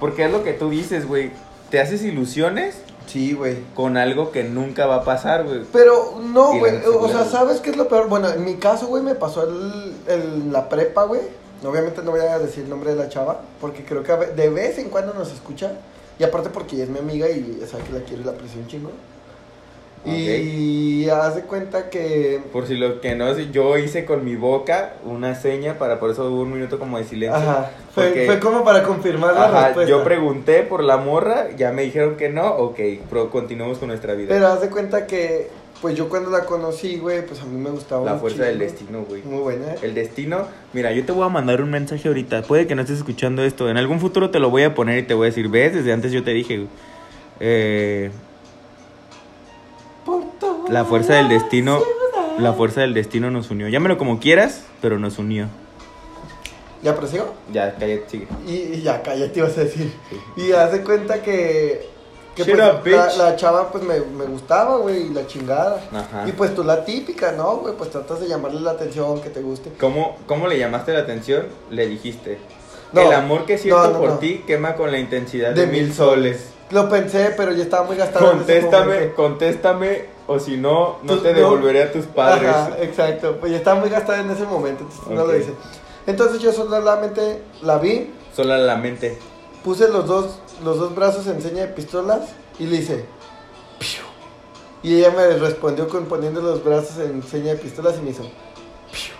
A: porque es lo que tú dices, güey. Te haces ilusiones
B: Sí, güey.
A: con algo que nunca va a pasar, güey.
B: Pero no,
A: Y
B: güey.
A: la
B: O sea,
A: inseguridad.
B: ¿sabes qué es lo peor? Bueno, en mi caso, güey, me pasó el, el- la prepa, güey. Obviamente no voy a decir el nombre de la chava, porque creo que a ve- de vez en cuando nos escucha. Y aparte porque ella es mi amiga y sabe que la quiero y la aprecio un chingo. Y hace cuenta que...
A: Por si lo que no sé, yo hice con mi boca una seña para por eso hubo un minuto como de silencio.
B: Ajá. Fue,
A: Porque-
B: fue como para confirmar la
A: Ajá,
B: respuesta.
A: yo pregunté por la morra, ya me dijeron que no, ok, pero continuemos con nuestra vida.
B: Pero haz de cuenta que, pues yo cuando la conocí, güey, pues a mí me gustaba
A: la
B: un
A: fuerza del
B: chingo.
A: destino, güey.
B: Muy buena, ¿eh?
A: El destino, mira, yo te voy a mandar un mensaje ahorita. Puede que no estés escuchando esto. En algún futuro te lo voy a poner y te voy a decir, ves, desde antes yo te dije, güey. Eh,
B: Por toda
A: la fuerza del
B: la
A: destino,
B: ciudad.
A: la fuerza del destino nos unió. Llámelo como quieras, pero nos unió.
B: ¿Ya presigo?
A: Ya, cállate, sigue.
B: Y, y ya, cállate, ibas a decir. Y hace cuenta que... Que
A: Shut
B: pues,
A: up, bitch.
B: la, la chava pues me, me gustaba, güey, y la chingada.
A: Ajá.
B: Y pues tú la típica, ¿no, güey? Pues tratas de llamarle la atención, que te guste.
A: ¿Cómo, ¿Cómo le llamaste la atención? Le dijiste.
B: No,
A: el amor que siento
B: no, no,
A: por
B: no.
A: ti quema con la intensidad de,
B: De
A: mil
B: mil
A: soles.
B: Lo pensé, pero yo estaba muy gastado. en ese
A: Contéstame,
B: momento.
A: contéstame, o si no, no
B: Tú-
A: te
B: no.
A: devolveré a tus padres.
B: Ajá, exacto. Pues ya estaba muy gastada en ese momento, entonces no
A: Ok.
B: lo hice. Entonces yo solamente la vi,
A: Solo la mente.
B: puse los dos, los dos brazos en seña de pistolas y le hice. "Piu". Y ella me respondió con poniendo los brazos en seña de pistolas y me hizo. "Piu".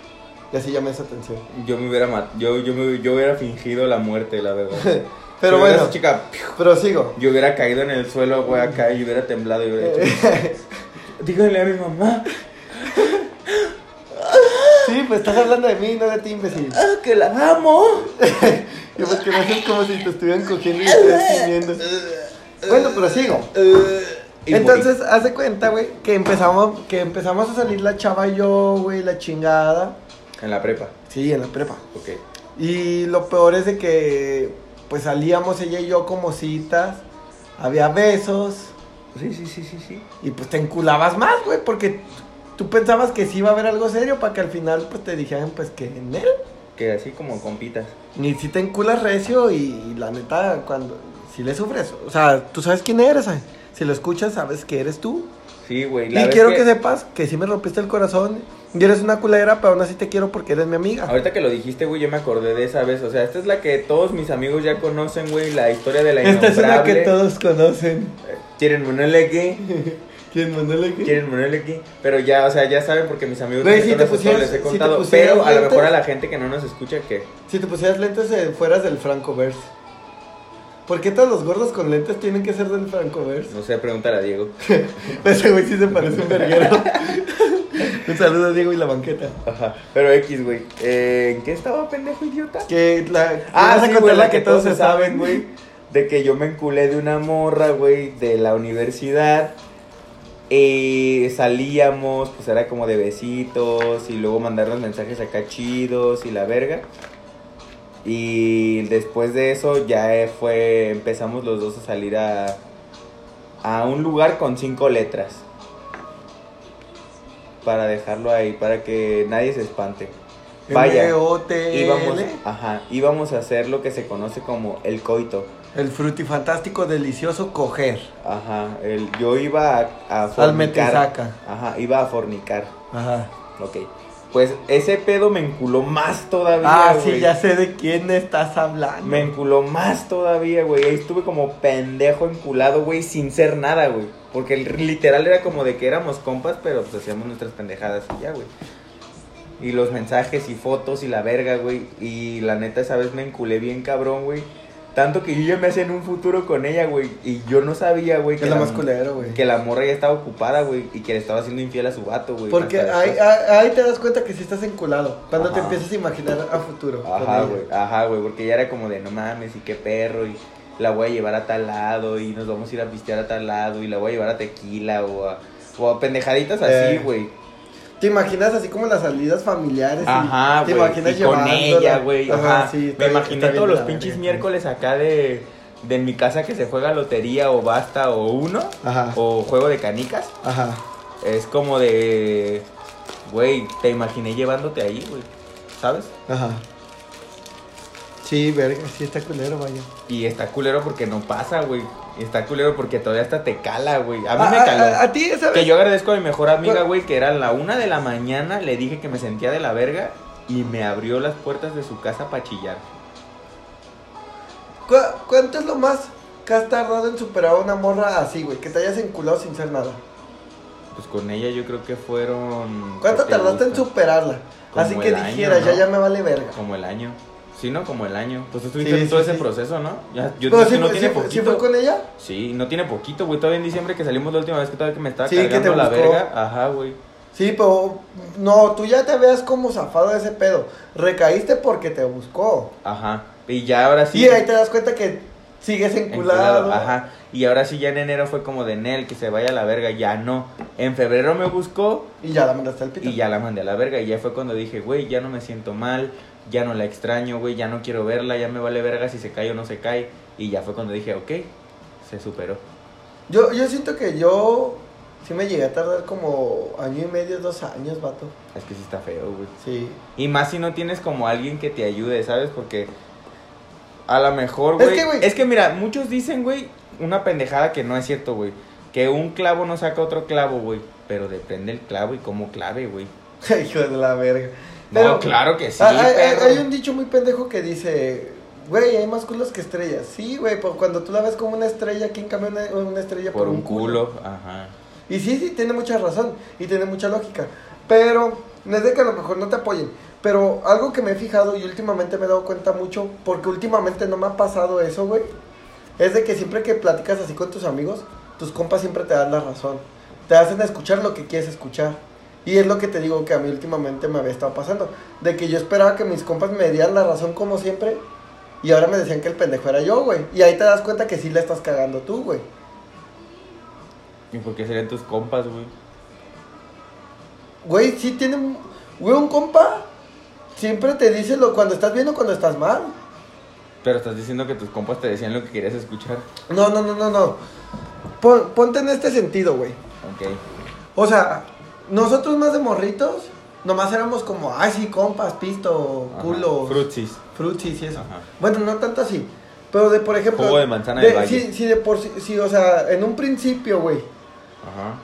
B: Y así llamé esa atención.
A: Yo me hubiera mat- yo, yo, me- yo hubiera fingido la muerte, la verdad.
B: Pero
A: Si hubiera
B: bueno,
A: esa chica, ¡piu!
B: pero sigo.
A: yo hubiera caído en el suelo, güey, acá y hubiera temblado y hubiera
B: Eh.
A: dicho, díganle a mi mamá
B: sí, pues estás hablando de mí, no de ti, imbécil.
A: ah, que la amo.
B: Y porque no haces como si te estuvieran cogiendo y estuvieras comiendo. Bueno, pero sigo.
A: Y morí.
B: Eh, Entonces, hace cuenta, güey, que empezamos, que empezamos a salir la chava y yo, güey, la chingada.
A: En la prepa,
B: Sí, en la prepa.
A: ok.
B: Y lo peor es de que, pues salíamos ella y yo como citas, había besos,
A: Sí, sí, sí, sí, sí.
B: y pues te enculabas más, güey, porque tú pensabas que sí iba a haber algo serio para que al final, pues te dijeran, pues que en él.
A: Que así como compitas.
B: Y si te enculas recio y, y la neta, cuando, si le sufres, o sea, tú sabes quién eres, ay. si lo escuchas, sabes que eres tú.
A: Sí, güey. la
B: Y
A: vez
B: quiero que... sepas que sí me rompiste el corazón. Y eres una culera, pero aún así te quiero porque eres mi amiga.
A: Ahorita que lo dijiste, güey, yo me acordé de esa vez. O sea, esta es la que todos mis amigos ya conocen, güey. La historia de la
B: Esta es una que
A: innombrable.
B: todos conocen.
A: Quieren Moneleki,
B: ¿Quién mandó la que?
A: quieren Moneleki. Pero ya, o sea, ya saben porque mis amigos
B: Güey,
A: me
B: si te
A: conocen,
B: pusieras-
A: les he
B: si te
A: contado.
B: pusieras
A: pero a lo
B: lentes.
A: mejor a la gente que no nos escucha, que
B: Si te pusieras lentes, eh, fueras del Franco Verse. ¿Por qué todos los gordos con lentes tienen que ser del Francoverse?
A: No sé, preguntar a Diego.
B: Ese güey sí se parece un verguero. un saludo a Diego y la banqueta.
A: Ajá. Pero X, güey. Eh, ¿En qué estaba, pendejo idiota?
B: Que la.
A: Ah,
B: vas a
A: sí,
B: contar
A: güey,
B: la
A: la que todos se saben, güey. De que yo me enculé de una morra, güey, de la universidad. Eh, salíamos, pues era como de besitos y luego mandarnos mensajes acá chidos y la verga. Y después de eso ya eh, fue, empezamos los dos a salir a, a un lugar con cinco letras. Para dejarlo ahí, para que nadie se espante. Vaya.
B: E M.O.T.L..
A: Íbamos, ajá, íbamos a hacer lo que se conoce como el coito.
B: El frutifantástico delicioso coger.
A: Ajá, el, yo iba a, a
B: Salmente
A: fornicar.
B: saca.
A: Ajá, iba a fornicar.
B: Ajá.
A: Ok. Pues ese pedo me enculó más todavía.
B: Ah, sí,
A: güey.
B: ya sé de quién estás hablando.
A: Me enculó más todavía, güey. Ahí estuve como pendejo enculado, güey, sin ser nada, güey. Porque el- literal era como de que éramos compas, pero pues hacíamos nuestras pendejadas y ya, güey. Y los mensajes y fotos y la verga, güey. Y la neta, esa vez me enculé bien cabrón, güey. Tanto que yo ya me hacía en un futuro con ella, güey. Y yo no sabía, güey,
B: Que es la más culera, güey.
A: que la morra ya estaba ocupada, güey. Y que le estaba haciendo infiel a su vato, güey.
B: Porque
A: hasta
B: ahí,
A: después.
B: ahí- ahí te das cuenta que sí estás enculado. Cuando te
A: Ajá.
B: empiezas a imaginar a futuro. con
A: Ajá,
B: ella.
A: güey, ajá, güey, porque ya era como de no mames y qué perro y la voy a llevar a tal lado y nos vamos a ir a pistear a tal lado y la voy a llevar a tequila o a, o a pendejaditas así,
B: Eh,
A: güey.
B: Te imaginas así como las salidas familiares. y
A: Ajá,
B: Te
A: güey.
B: imaginas
A: y con
B: llevándola.
A: ella, güey. Ajá.
B: sí, está
A: Me
B: bien- está
A: imaginé
B: bien
A: todos
B: de
A: los
B: la
A: pinches
B: verga,
A: miércoles acá de, de en mi casa que se juega lotería o basta o uno
B: Ajá.
A: o juego de canicas.
B: Ajá.
A: Es como de, güey, te imaginé llevándote ahí, güey. ¿Sabes?
B: Ajá. Sí, verga, sí está culero, vaya.
A: Y está culero porque no pasa, güey. Está culero porque todavía hasta te cala, güey. A mí
B: Ah,
A: me
B: ah,
A: caló.
B: A, a ti, ¿sabes?
A: que yo agradezco a mi mejor amiga,
B: Bueno.
A: güey, que era la una de la mañana, le dije que me sentía de la verga y me abrió las puertas de su casa para chillar.
B: ¿Cu- ¿Cuánto es lo más que has tardado en superar a una morra así, güey? Que te hayas enculado sin ser nada.
A: Pues con ella yo creo que fueron...
B: ¿Cuánto
A: ¿qué te
B: tardaste en
A: gusta?
B: superarla?
A: Como
B: así que
A: el año,
B: dijeras,
A: ¿no?
B: ya, ya me vale verga.
A: Como el año. Sí, ¿no? Como el año. Pues tú estuviste
B: Sí,
A: en todo
B: sí,
A: ese
B: sí.
A: proceso, ¿no? Ya, yo
B: Pero
A: creo que
B: sí
A: no
B: fue-
A: tiene
B: sí fue-
A: poquito.
B: ¿sí fue con ella?
A: Sí, no tiene poquito, güey. Todavía en diciembre que salimos la última vez que todavía que me estaba
B: Sí, que te
A: cargando la
B: buscó.
A: verga. Ajá, güey.
B: Sí, pero no, tú ya te veas como zafado de ese pedo. Recaíste porque te buscó.
A: Ajá. Y ya ahora sí...
B: Y ahí te das cuenta que sigues enculado.
A: Enculado, ajá. Y ahora sí ya en enero fue como de Nel, que se vaya a la verga, ya no. En febrero me buscó
B: Y ya la mandaste al pito.
A: y ya la mandé a la verga. Y ya fue cuando dije, güey, ya no me siento mal, ya no la extraño, güey, ya no quiero verla, ya me vale verga si se cae o no se cae. Y ya fue cuando dije, ok, se superó.
B: Yo, yo siento que yo sí me llegué a tardar como año y medio, dos años, vato.
A: Es que sí está feo, güey.
B: Sí.
A: Y más si no tienes como alguien que te ayude, ¿sabes? Porque a lo mejor,
B: Es
A: güey.
B: que, güey-
A: Es que mira, muchos dicen, güey, una pendejada que no es cierto, güey. Que un clavo no saca otro clavo, güey. Pero depende el clavo y cómo clave, güey.
B: Hijo de la verga.
A: no, claro que sí,
B: hay, ah, hay-
A: perro.
B: hay un dicho muy pendejo que dice, güey, hay más culos que estrellas. Sí, güey, pero cuando tú la ves como una estrella, ¿quién cambia una, una estrella por,
A: Por un culo, ajá.
B: Y sí, sí, tiene mucha razón y tiene mucha lógica. Pero, no es de que a lo mejor no te apoyen. Pero algo que me he fijado y últimamente me he dado cuenta mucho, porque últimamente no me ha pasado eso, güey. Es de que siempre que platicas así con tus amigos, tus compas siempre te dan la razón. Te hacen escuchar lo que quieres escuchar. Y es lo que te digo que a mí últimamente me había estado pasando. De que yo esperaba que mis compas me dieran la razón como siempre. Y ahora me decían que el pendejo era yo, güey. Y ahí te das cuenta que sí la estás cagando tú, güey.
A: ¿Y por qué serían tus compas, güey?
B: Güey, sí tiene. Güey, un compa siempre te dice lo cuando estás bien o cuando estás mal.
A: Pero estás diciendo que tus compas te decían lo que querías escuchar.
B: No, no, no, no, no. Pon- ponte en este sentido, güey.
A: Ok.
B: O sea, nosotros más de morritos, nomás éramos como, ay, sí, compas, pisto,
A: ajá.
B: culo,
A: Frutsis.
B: frutis y eso.
A: Ajá.
B: Bueno, no tanto así. Pero de, por ejemplo.
A: Jugo de manzana del valle.
B: Sí, sí, de por sí, sí, o sea, en un principio, güey.
A: Ajá.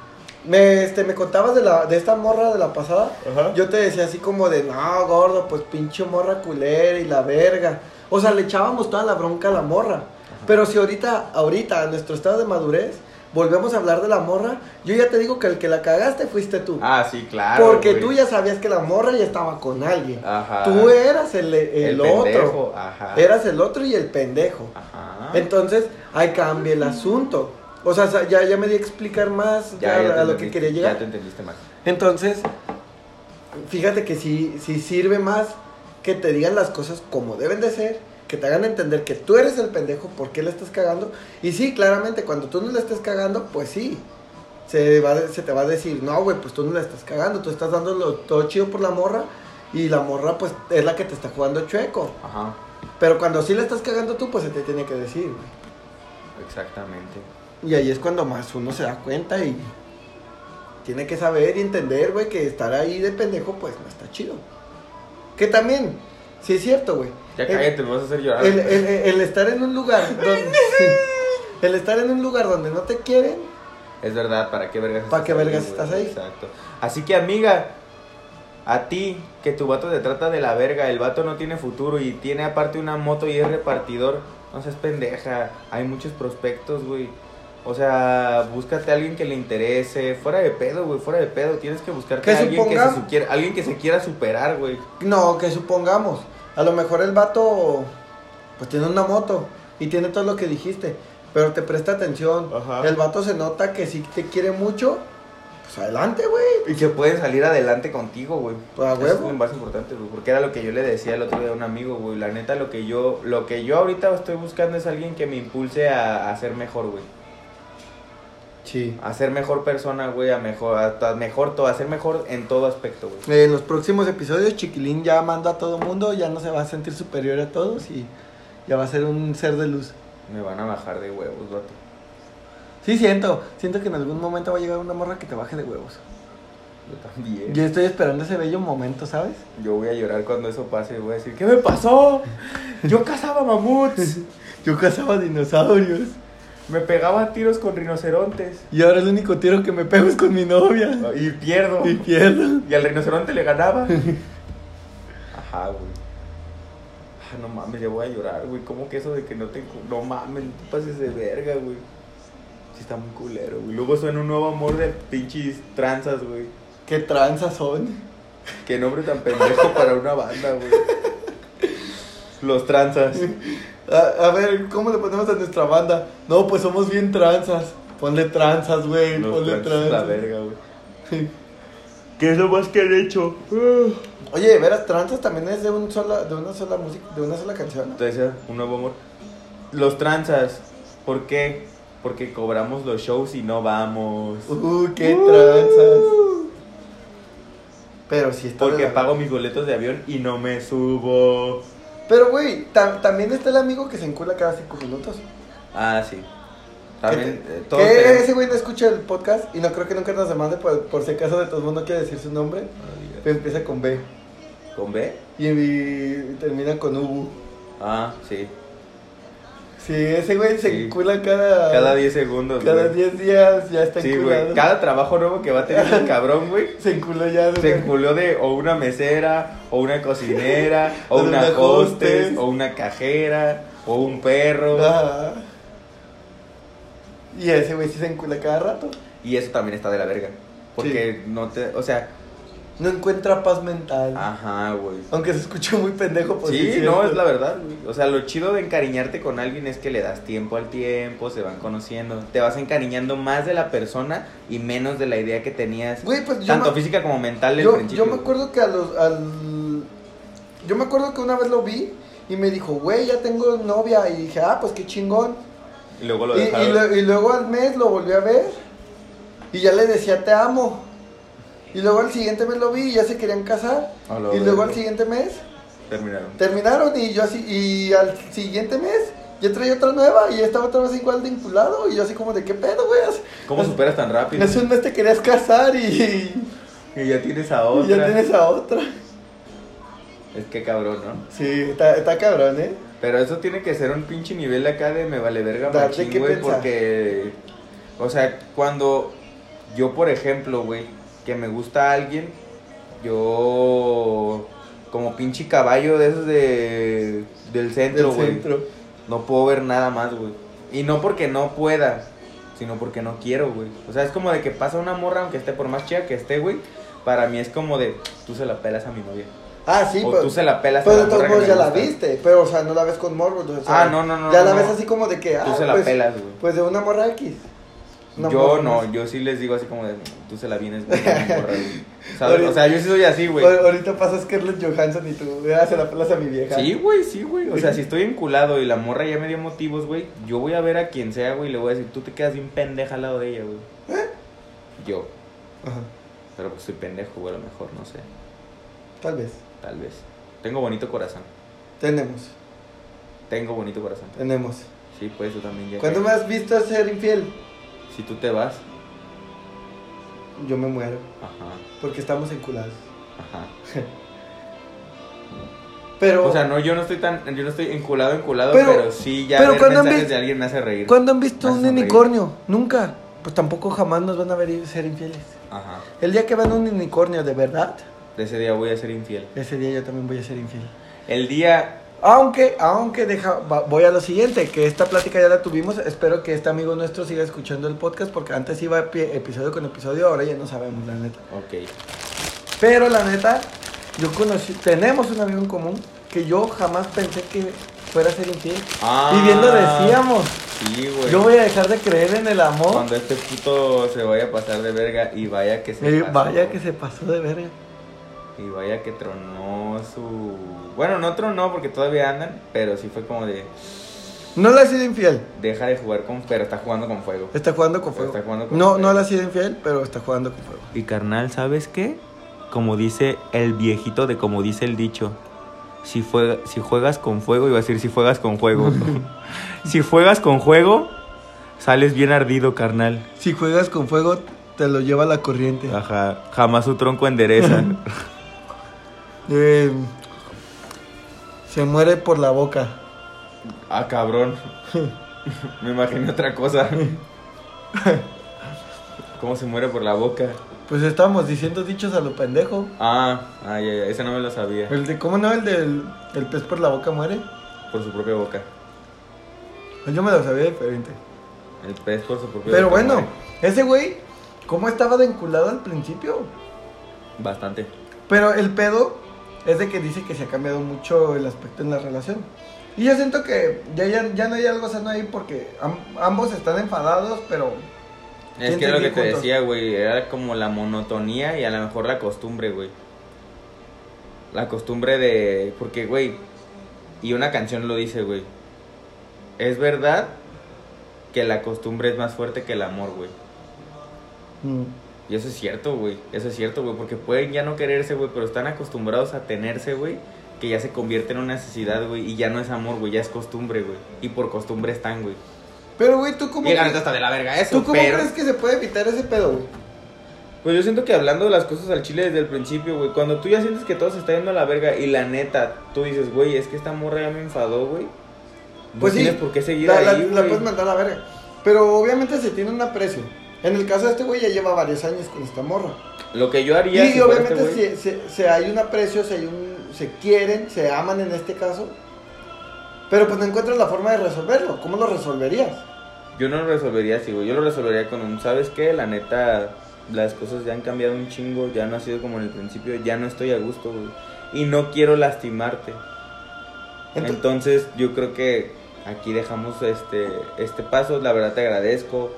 B: Me, este, me contabas de, la, de esta morra de la pasada.
A: Ajá.
B: Yo te decía así como de, no, gordo, pues pinche morra culera y la verga. O sea, le echábamos toda la bronca a la morra. Pero si ahorita, ahorita, a nuestro estado de madurez, volvemos a hablar de la morra, yo ya te digo que el que la cagaste fuiste tú.
A: Ah, sí, claro.
B: porque
A: güey.
B: tú ya sabías que la morra ya estaba con alguien.
A: Ajá.
B: Tú eras el, el otro.
A: pendejo, Ah. Ajá.
B: Eras el otro y el pendejo.
A: Ajá.
B: Entonces, ahí cambia el asunto. O sea, sa- ya, ya me di a explicar más
A: Ya,
B: ya
A: ya te
B: a lo que
A: entendí-
B: quería llegar.
A: Ya te entendiste más.
B: Entonces, fíjate que sí, sí sirve más que te digan las cosas como deben de ser, que te hagan entender que tú eres el pendejo, por qué le estás cagando. Y sí, claramente, cuando tú no le estés cagando, pues sí. Se, va, a- se te va a decir, no, güey, pues tú no le estás cagando, tú estás dándolo todo chido por la morra y la morra pues es la que te está jugando chueco.
A: Ajá.
B: Pero cuando sí le estás cagando tú, pues se te tiene que decir. güey.
A: Exactamente.
B: Y ahí es cuando más uno se da cuenta y tiene que saber y entender, güey, que estar ahí de pendejo, pues no está chido. Que también, sí es cierto, güey.
A: Ya
B: El-
A: cállate, me vas a hacer llorar.
B: El, el- el estar en un lugar donde. el estar en un lugar donde no te quieren.
A: Es verdad, ¿para qué vergas
B: ¿Para qué vergas
A: güey?
B: estás ahí?
A: Exacto. Así que, amiga, a ti, que tu vato te trata de la verga, el vato no tiene futuro y tiene aparte una moto y es repartidor, no seas pendeja. Hay muchos prospectos, güey. O sea, búscate a alguien que le interese. Fuera de pedo, güey, fuera de pedo. Tienes que buscarte
B: Que
A: a alguien que, se
B: supongamos-
A: su- quiera, alguien que se quiera superar, güey.
B: No, que supongamos. A lo mejor el vato. Pues tiene una moto. Y tiene todo lo que dijiste. Pero te presta atención.
A: Ajá.
B: El vato se nota que si te quiere mucho. Pues adelante, güey.
A: Y que pueden salir adelante contigo, güey.
B: A
A: Eso
B: huevo.
A: Es lo más importante, güey. Porque era lo que yo le decía el otro día a un amigo, güey. La neta, lo que yo, lo que yo ahorita estoy buscando es alguien que me impulse a, a ser mejor, güey.
B: Sí.
A: A ser mejor persona, güey. A mejor, a, a mejor todo, a ser mejor en todo aspecto, güey.
B: En los próximos episodios, Chiquilín ya manda a todo mundo, ya no se va a sentir superior a todos y ya va a ser un ser de luz.
A: Me van a bajar de huevos, vato.
B: Sí, siento, siento que en algún momento va a llegar una morra que te baje de huevos.
A: Yo también.
B: Yo estoy esperando ese bello momento, ¿sabes?
A: Yo voy a llorar cuando eso pase y voy a decir, ¿qué me pasó? Yo cazaba mamuts.
B: Yo cazaba dinosaurios
A: Me pegaba a tiros con rinocerontes.
B: y ahora el único tiro que me pego es con mi novia
A: Y pierdo.
B: y pierdo.
A: Y al rinoceronte le ganaba. Ajá, güey. Ah, no mames, ya voy a llorar, güey. ¿Cómo que eso de que no te... encu- No mames, no te pases de verga, güey. Sí está muy culero, güey. Luego suena un nuevo amor de pinches tranzas, güey.
B: ¿Qué tranzas son?
A: Qué nombre tan pendejo para una banda, güey. Los tranzas.
B: A, a ver, ¿cómo le ponemos a nuestra banda? No, pues somos bien tranzas. Ponle tranzas, güey,
A: Los
B: ponle
A: tranzas es la
B: tranzas.
A: verga, güey. ¿Qué es lo más que han hecho? Entonces,
B: Oye, de veras, tranzas también es de un sola, de una sola música, de una sola canción. ¿no?
A: ya, un nuevo amor. Los tranzas. ¿Por qué? Porque cobramos los shows y no vamos.
B: Uh, qué tranzas. Pero sí está. de
A: Porque
B: la-
A: pago mis boletos de avión y no me subo.
B: Pero güey, tam- también está el amigo que se encula cada cinco minutos.
A: Ah, sí. También,
B: que te-
A: eh, todos
B: que
A: tenemos-
B: ese güey no escucha el podcast y no creo que nunca nos demande por, por si acaso de todo el mundo quiere decir su nombre.
A: No digas.
B: Pero empieza con B
A: Ah, ¿Con B?
B: y, y termina con U.
A: Ah, sí.
B: Sí, ese güey se
A: Sí.
B: encula cada.
A: Cada 10 segundos.
B: Ah, cada
A: güey.
B: 10 días ya está
A: Sí,
B: enculado.
A: güey. Cada trabajo nuevo que va a tener el cabrón, güey.
B: Se enculó ya. güey.
A: Se enculó de o una mesera, o una cocinera, o
B: O de
A: una
B: una
A: hostess,
B: hostess.
A: o una cajera, o un perro.
B: Ah. Y ese güey sí se encula cada rato.
A: Y eso también está de la verga. Porque no te. O sea,
B: No encuentra paz mental.
A: ajá, güey.
B: Aunque se escuche muy pendejo, pues
A: Ah. sí,
B: cierto.
A: no, es la verdad, güey. O sea, lo chido de encariñarte con alguien es que le das tiempo al tiempo, se van conociendo, te vas encariñando más de la persona y menos de la idea que tenías,
B: Güey, pues yo,
A: tanto
B: me,
A: física como mental del
B: yo-
A: principio.
B: yo me acuerdo que a los, al... Yo me acuerdo que una vez lo vi y me dijo, güey, ya tengo novia. Y dije, ah, pues qué chingón.
A: Y luego lo
B: Y, y
A: dejaron.
B: lue- y luego al mes lo volví a ver y ya le decía, te amo. Y luego al siguiente mes lo vi y ya se querían casar.
A: A la
B: y luego
A: verga.
B: al siguiente mes
A: Terminaron.
B: terminaron y yo así, y al siguiente mes ya traía otra nueva y estaba otra vez igual de vinculado y yo así como de qué pedo, güey. Hace-
A: ¿Cómo superas tan rápido?
B: Hace un mes te querías casar y,
A: Y ya tienes a
B: y
A: otra.
B: ya tienes a otra.
A: Es que cabrón, ¿no?
B: Sí, está, está cabrón, ¿eh?
A: Pero eso tiene que ser un pinche nivel acá de me vale verga
B: Darte
A: machín,
B: que
A: güey,
B: pensar.
A: porque... O sea, cuando yo, por ejemplo, güey, que me gusta alguien, yo... Como pinche caballo de esos de... Del
B: Del
A: centro, güey.
B: centro.
A: No puedo ver nada más, güey. Y no porque no pueda, sino porque no quiero, güey. O sea, es como de que pasa una morra, aunque esté por más chida que esté, güey. Para mí es como de, tú se la pelas a mi novia.
B: Ah, sí,
A: o
B: pero.
A: tú se la pelas
B: pero
A: a
B: de
A: la
B: todos
A: morra que
B: modos ya
A: me
B: la
A: gusta.
B: viste, pero o sea, no la ves con morro. o sea,
A: Ah, no, no, no,
B: Ya
A: no,
B: la
A: no.
B: ves así como de que. Ah,
A: Tú se la
B: pues,
A: pelas, güey.
B: Pues de una morra X. Una
A: yo
B: morra
A: no,
B: más.
A: yo sí les digo así como de, tú se la vienes, güey. a mi morra, güey". ¿Sabes? O sea, yo sí soy así, güey.
B: Ahor- Ahorita pasa Scarlett Johansson y tú, ah, se la pelas a mi vieja.
A: Sí, güey, sí, güey. O sea, si estoy enculado y la morra ya me dio motivos, güey, yo voy a ver a quien sea, güey, y le voy a decir, tú te quedas bien pendeja al lado de ella, güey.
B: ¿Eh?
A: Yo.
B: Ajá,
A: Pero pues soy pendejo, güey, a lo mejor, no sé.
B: tal vez.
A: Tal vez. Tengo bonito corazón.
B: Tenemos,
A: Tengo bonito corazón.
B: tenemos.
A: Sí, pues eso también ya.
B: ¿Cuándo
A: que-
B: me has visto ser infiel?
A: Si tú te vas.
B: Yo me muero,
A: Ajá,
B: porque estamos enculados.
A: ajá.
B: Pero,
A: O sea, no, yo no estoy tan, yo no estoy enculado, enculado, pero,
B: Pero-
A: sí ya
B: pero
A: ver
B: cuando han
A: mensajes
B: vi-
A: de alguien me hace reír.
B: ¿cuándo han visto
A: Vas a
B: un
A: sonreír.
B: unicornio? Nunca. Pues tampoco jamás nos van a ver ser infieles.
A: Ajá.
B: El día que vean un unicornio de verdad,
A: De ese día voy a ser infiel.
B: ese día yo también voy a ser infiel.
A: El día.
B: Aunque, aunque deja, va- voy a lo siguiente, que esta plática ya la tuvimos, espero que este amigo nuestro siga escuchando el podcast, porque antes iba pi- episodio con episodio, ahora ya no sabemos, la neta.
A: Ok.
B: Pero la neta, yo conocí, tenemos un amigo en común que yo jamás pensé que fuera a ser infiel.
A: Ah.
B: y bien lo decíamos,
A: Sí, güey.
B: yo voy a dejar de creer en el amor.
A: Cuando este puto se vaya a pasar de verga y vaya que se
B: Eh,
A: pasó.
B: vaya que se pasó de verga.
A: Y vaya que tronó su... Bueno, no tronó porque todavía andan, pero sí fue como de...
B: No le ha sido infiel,
A: Deja de jugar con... Pero está jugando con fuego.
B: está jugando con fuego.
A: Está jugando con
B: no,
A: fuego.
B: no le ha sido infiel, pero está jugando con fuego.
A: Y carnal, ¿sabes qué? Como dice el viejito de como dice el dicho. Si, fue, si juegas con fuego, iba a decir si juegas con juego. si juegas con juego, sales bien ardido, carnal.
B: Si juegas con fuego, te lo lleva la corriente.
A: Ajá, jamás su tronco endereza.
B: Eh, se muere por la boca.
A: ah, cabrón. Me imaginé otra cosa. ¿Cómo se muere por la boca?
B: Pues estamos diciendo dichos a lo pendejo.
A: Ah, ah, ya, ya, esa no me la sabía.
B: El de, ¿Cómo no? El del el pez por la boca muere. Pues
A: Por su propia boca.
B: Yo me lo sabía diferente.
A: El pez por su propia
B: Pero
A: boca.
B: bueno,
A: muere.
B: ese güey, ¿cómo estaba de enculado al principio?
A: Bastante.
B: Pero el pedo es de que dice que se ha cambiado mucho el aspecto en la relación. Y yo siento que ya, ya, ya no hay algo sano ahí porque am- ambos están enfadados, pero
A: Es
B: ¿Quién
A: que era lo que
B: te
A: te
B: dijo
A: decía, güey, era como la monotonía y a lo mejor la costumbre, güey. La costumbre de... Porque, güey, y una canción lo dice, güey. Es verdad que la costumbre es más fuerte que el amor, güey.
B: mm,
A: Y eso es cierto, güey. Eso es cierto, güey. Porque pueden ya no quererse, güey, pero están acostumbrados a tenerse, güey. Que ya se convierte en una necesidad, güey. Y ya no es amor, güey. Ya es costumbre, güey. Y por costumbre están, güey.
B: Pero güey, ¿tú cómo,
A: Y la
B: crees-
A: neta está de la verga eso,
B: ¿tú cómo
A: pero...
B: crees que se puede evitar ese pedo, güey?
A: Pues yo siento que hablando de las cosas al chile desde el principio, güey, cuando tú ya sientes que todo se está yendo a la verga y la neta, tú dices, güey, es que esta morra ya me enfadó, güey. No
B: Pues sí,
A: tienes por qué seguir
B: La, la-
A: ahí,
B: la
A: güey.
B: puedes mandar a la verga. Pero obviamente se tiene un aprecio. En el caso de este güey ya lleva varios años con esta morra.
A: Lo que yo haría
B: Y,
A: si fuera
B: obviamente
A: este güey-
B: se, se- se hay un aprecio, se, hay un, se quieren, se aman en este caso. Pero pues no encuentras la forma de resolverlo. ¿Cómo lo resolverías?
A: Yo no lo resolvería así, güey. Yo lo resolvería con un, ¿sabes qué? La neta, las cosas ya han cambiado un chingo, ya no ha sido como en el principio, ya no estoy a gusto, güey. Y no quiero lastimarte.
B: Ento-
A: Entonces, yo creo que aquí dejamos este, este paso. La verdad te agradezco.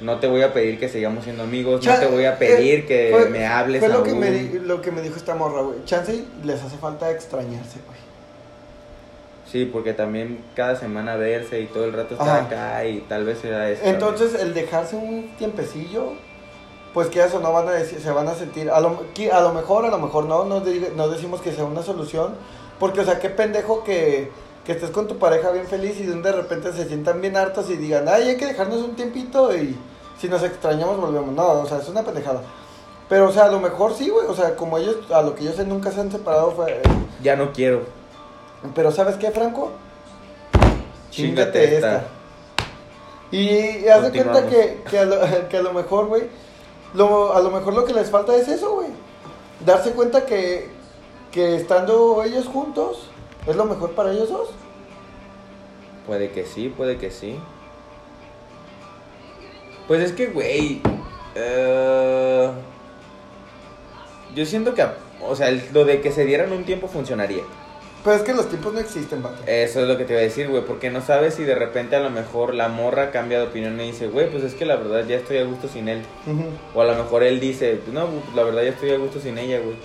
A: No te voy a pedir que sigamos siendo amigos.
B: Cha-
A: no te voy a
B: eh,
A: pedir que
B: fue-
A: me hables.
B: Fue lo que
A: aún.
B: me, di- lo que me dijo esta morra, güey. Chance y les hace falta extrañarse, güey.
A: Sí, porque también cada semana verse y todo el rato estar
B: Ajá.
A: acá y tal vez será eso.
B: Entonces el dejarse un tiempecillo, pues que eso no van a decir, se van a sentir. A lo, qui- a lo mejor, a lo mejor no, no, diga- no decimos que sea una solución. Porque, o sea, qué pendejo que, que estés con tu pareja bien feliz y de un de repente se sientan bien hartos y digan, ay, hay que dejarnos un tiempito y si nos extrañamos volvemos. No, o sea, es una pendejada. Pero, o sea, a lo mejor sí, güey. O sea, como ellos, a lo que yo sé, nunca se han separado. Fue,
A: Ya no quiero.
B: pero ¿sabes qué, Franco?
A: Chíngate
B: Chíngate
A: esta.
B: esta. Y, y haz de cuenta
A: Continuamos.
B: que, que, a lo, que a lo mejor, güey, lo, a lo mejor lo que les falta es eso, güey. Darse cuenta que, que estando ellos juntos es lo mejor para ellos dos.
A: Puede que sí, puede que sí. Pues es que, güey. eh, yo siento que, o sea, el- lo de que se dieran un tiempo funcionaría.
B: Pero es que los tiempos no existen, vato.
A: Eso es lo que te iba a decir, güey, porque no sabes si de repente a lo mejor la morra cambia de opinión y dice, güey, pues es que la verdad ya estoy a gusto sin él.
B: Ujú.
A: O a lo mejor él dice, no, pues, la verdad ya estoy a gusto sin ella, güey.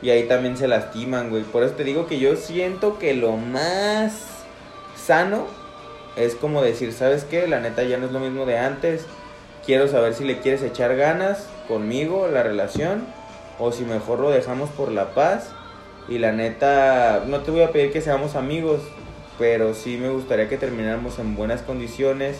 A: Y ahí también se lastiman, güey. Por eso te digo que yo siento que lo más sano es como decir, ¿sabes qué? La neta ya no es lo mismo de antes. Quiero saber si le quieres echar ganas conmigo, la relación, o si mejor lo dejamos por la paz. Y la neta, no te voy a pedir que seamos amigos, pero sí me gustaría que termináramos en buenas condiciones.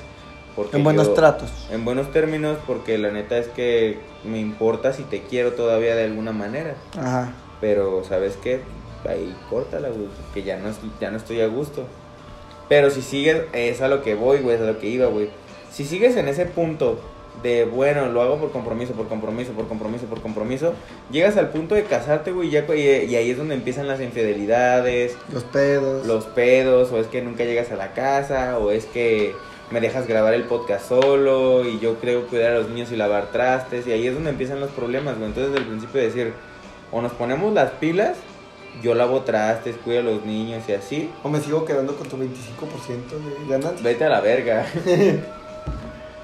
A: Porque
B: En buenos
A: yo-
B: tratos.
A: en buenos términos porque la neta es que me importa si te quiero todavía de alguna manera.
B: Ajá.
A: Pero sabes qué, ahí córtala, güey, que ya no, es- ya no estoy a gusto. Pero si sigues, es a lo que voy, güey, es a lo que iba, güey. Si sigues en ese punto de, bueno, lo hago por compromiso, por compromiso, por compromiso, por compromiso, llegas al punto de casarte, güey, y, ya cu- y, y ahí es donde empiezan las infidelidades,
B: Los pedos.
A: los pedos, o es que nunca llegas a la casa, o es que me dejas grabar el podcast solo, y yo creo cuidar a los niños y lavar trastes, y ahí es donde empiezan los problemas, güey. Entonces, desde el principio decir, o nos ponemos las pilas, yo lavo trastes, cuido a los niños y así,
B: O me sigo quedando con tu 25% de ganancia.
A: vete a la verga.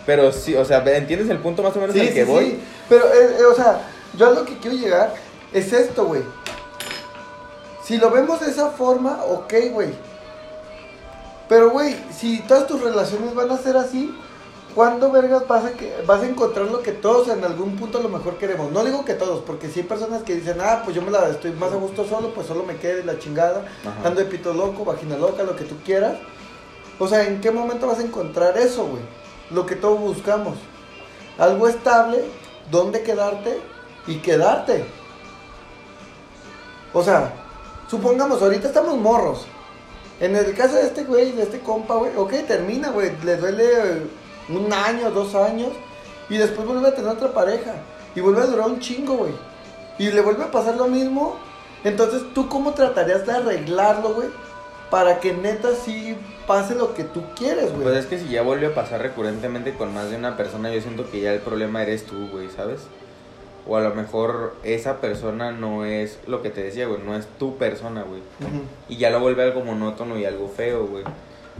A: Pero sí, o sea, ¿entiendes el punto más o menos
B: Sí,
A: al
B: sí,
A: que voy?
B: sí. Pero, eh, eh, o sea, yo a lo que quiero llegar es esto, güey. Si lo vemos de esa forma, ok, güey. Pero, güey, si todas tus relaciones van a ser así, ¿cuándo vergas vas a, que, vas a encontrar lo que todos en algún punto a lo mejor queremos? No digo que todos, porque si hay personas que dicen, ah, pues yo me la estoy más a gusto solo, pues solo me quede la chingada.
A: Ajá.
B: Ando de pito loco, vagina loca, lo que tú quieras. O sea, ¿en qué momento vas a encontrar eso, güey? Lo que todos buscamos. Algo estable, dónde quedarte y quedarte. O sea, supongamos, ahorita estamos morros. En el caso de este güey, de este compa, güey, ok, termina, güey, le duele eh, un año, dos años, y después vuelve a tener otra pareja, y vuelve a durar un chingo, güey, y le vuelve a pasar lo mismo, entonces tú cómo tratarías de arreglarlo, güey, para que neta sí pase lo que tú quieres, güey.
A: Pues es que si ya vuelve a pasar recurrentemente con más de una persona, yo siento que ya el problema eres tú, güey, ¿sabes? O a lo mejor esa persona no es lo que te decía, güey, no es tu persona, güey.
B: Ujú.
A: Y ya lo vuelve algo monótono y algo feo, güey.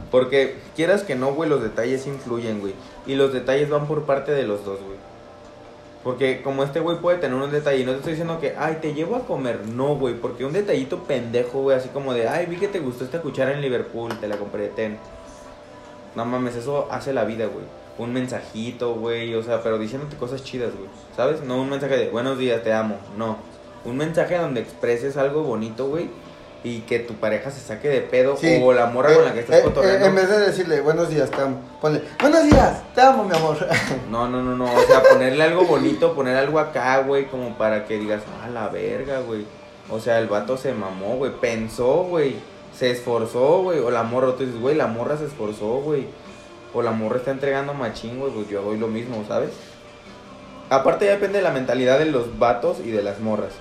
A: Porque quieras que no, güey, los detalles influyen, güey. Y los detalles van por parte de los dos, güey. Porque como este güey puede tener un detalle, no te estoy diciendo que, ay, te llevo a comer. No, güey, porque un detallito pendejo, güey, así como de, ay, vi que te gustó esta cuchara en Liverpool, te la compré, ten. No mames, eso hace la vida, güey. Un mensajito, güey, o sea, pero diciéndote cosas chidas, güey. ¿Sabes? No un mensaje de, buenos días, te amo. No. Un mensaje donde expreses algo bonito, güey. Y que tu pareja se saque de pedo
B: Sí.
A: o la morra con la que estás
B: Eh, eh,
A: cotorreando.
B: en vez de decirle buenos días, te amo, ponle buenos días, te amo, mi amor.
A: No, no, no, no. O sea, ponerle algo bonito, poner algo acá, güey, como para que digas, ah, la verga, güey. O sea, el vato se mamó, güey. Pensó, güey. Se esforzó, güey. O la morra, tú dices, güey, la morra se esforzó, güey. O la morra está entregando machín, güey. Pues yo doy lo mismo, ¿sabes? Aparte ya depende de la mentalidad de los vatos y de las morras.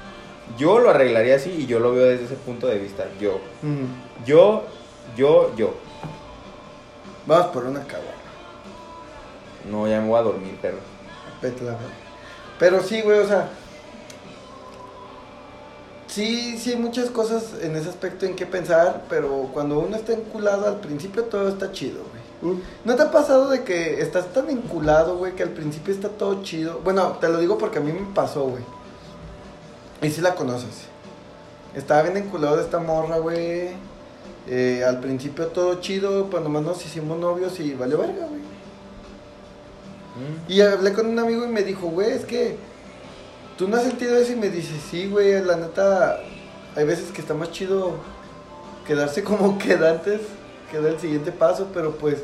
A: Yo lo arreglaría así y yo lo veo desde ese punto de vista. Yo,
B: Mm,
A: yo, yo, yo.
B: Vamos por una caguama.
A: No, ya me voy a dormir, perro.
B: Vete a la verga. Pero sí, güey, o sea. Sí, sí, hay muchas cosas en ese aspecto en que pensar, pero cuando uno está enculado al principio todo está chido, güey. ¿No te ha pasado de que estás tan enculado, güey, que al principio está todo chido? Bueno, te lo digo porque a mí me pasó, güey. Y si la conoces. Estaba bien enculado de esta morra, güey. Eh, al principio todo chido, pues nomás nos hicimos novios y valió verga, güey.
A: Mm.
B: Y hablé con un amigo y me dijo, güey, es que tú no has sentido eso y me dice, sí, güey, la neta, hay veces que está más chido quedarse como queda antes, que dar el siguiente paso, pero pues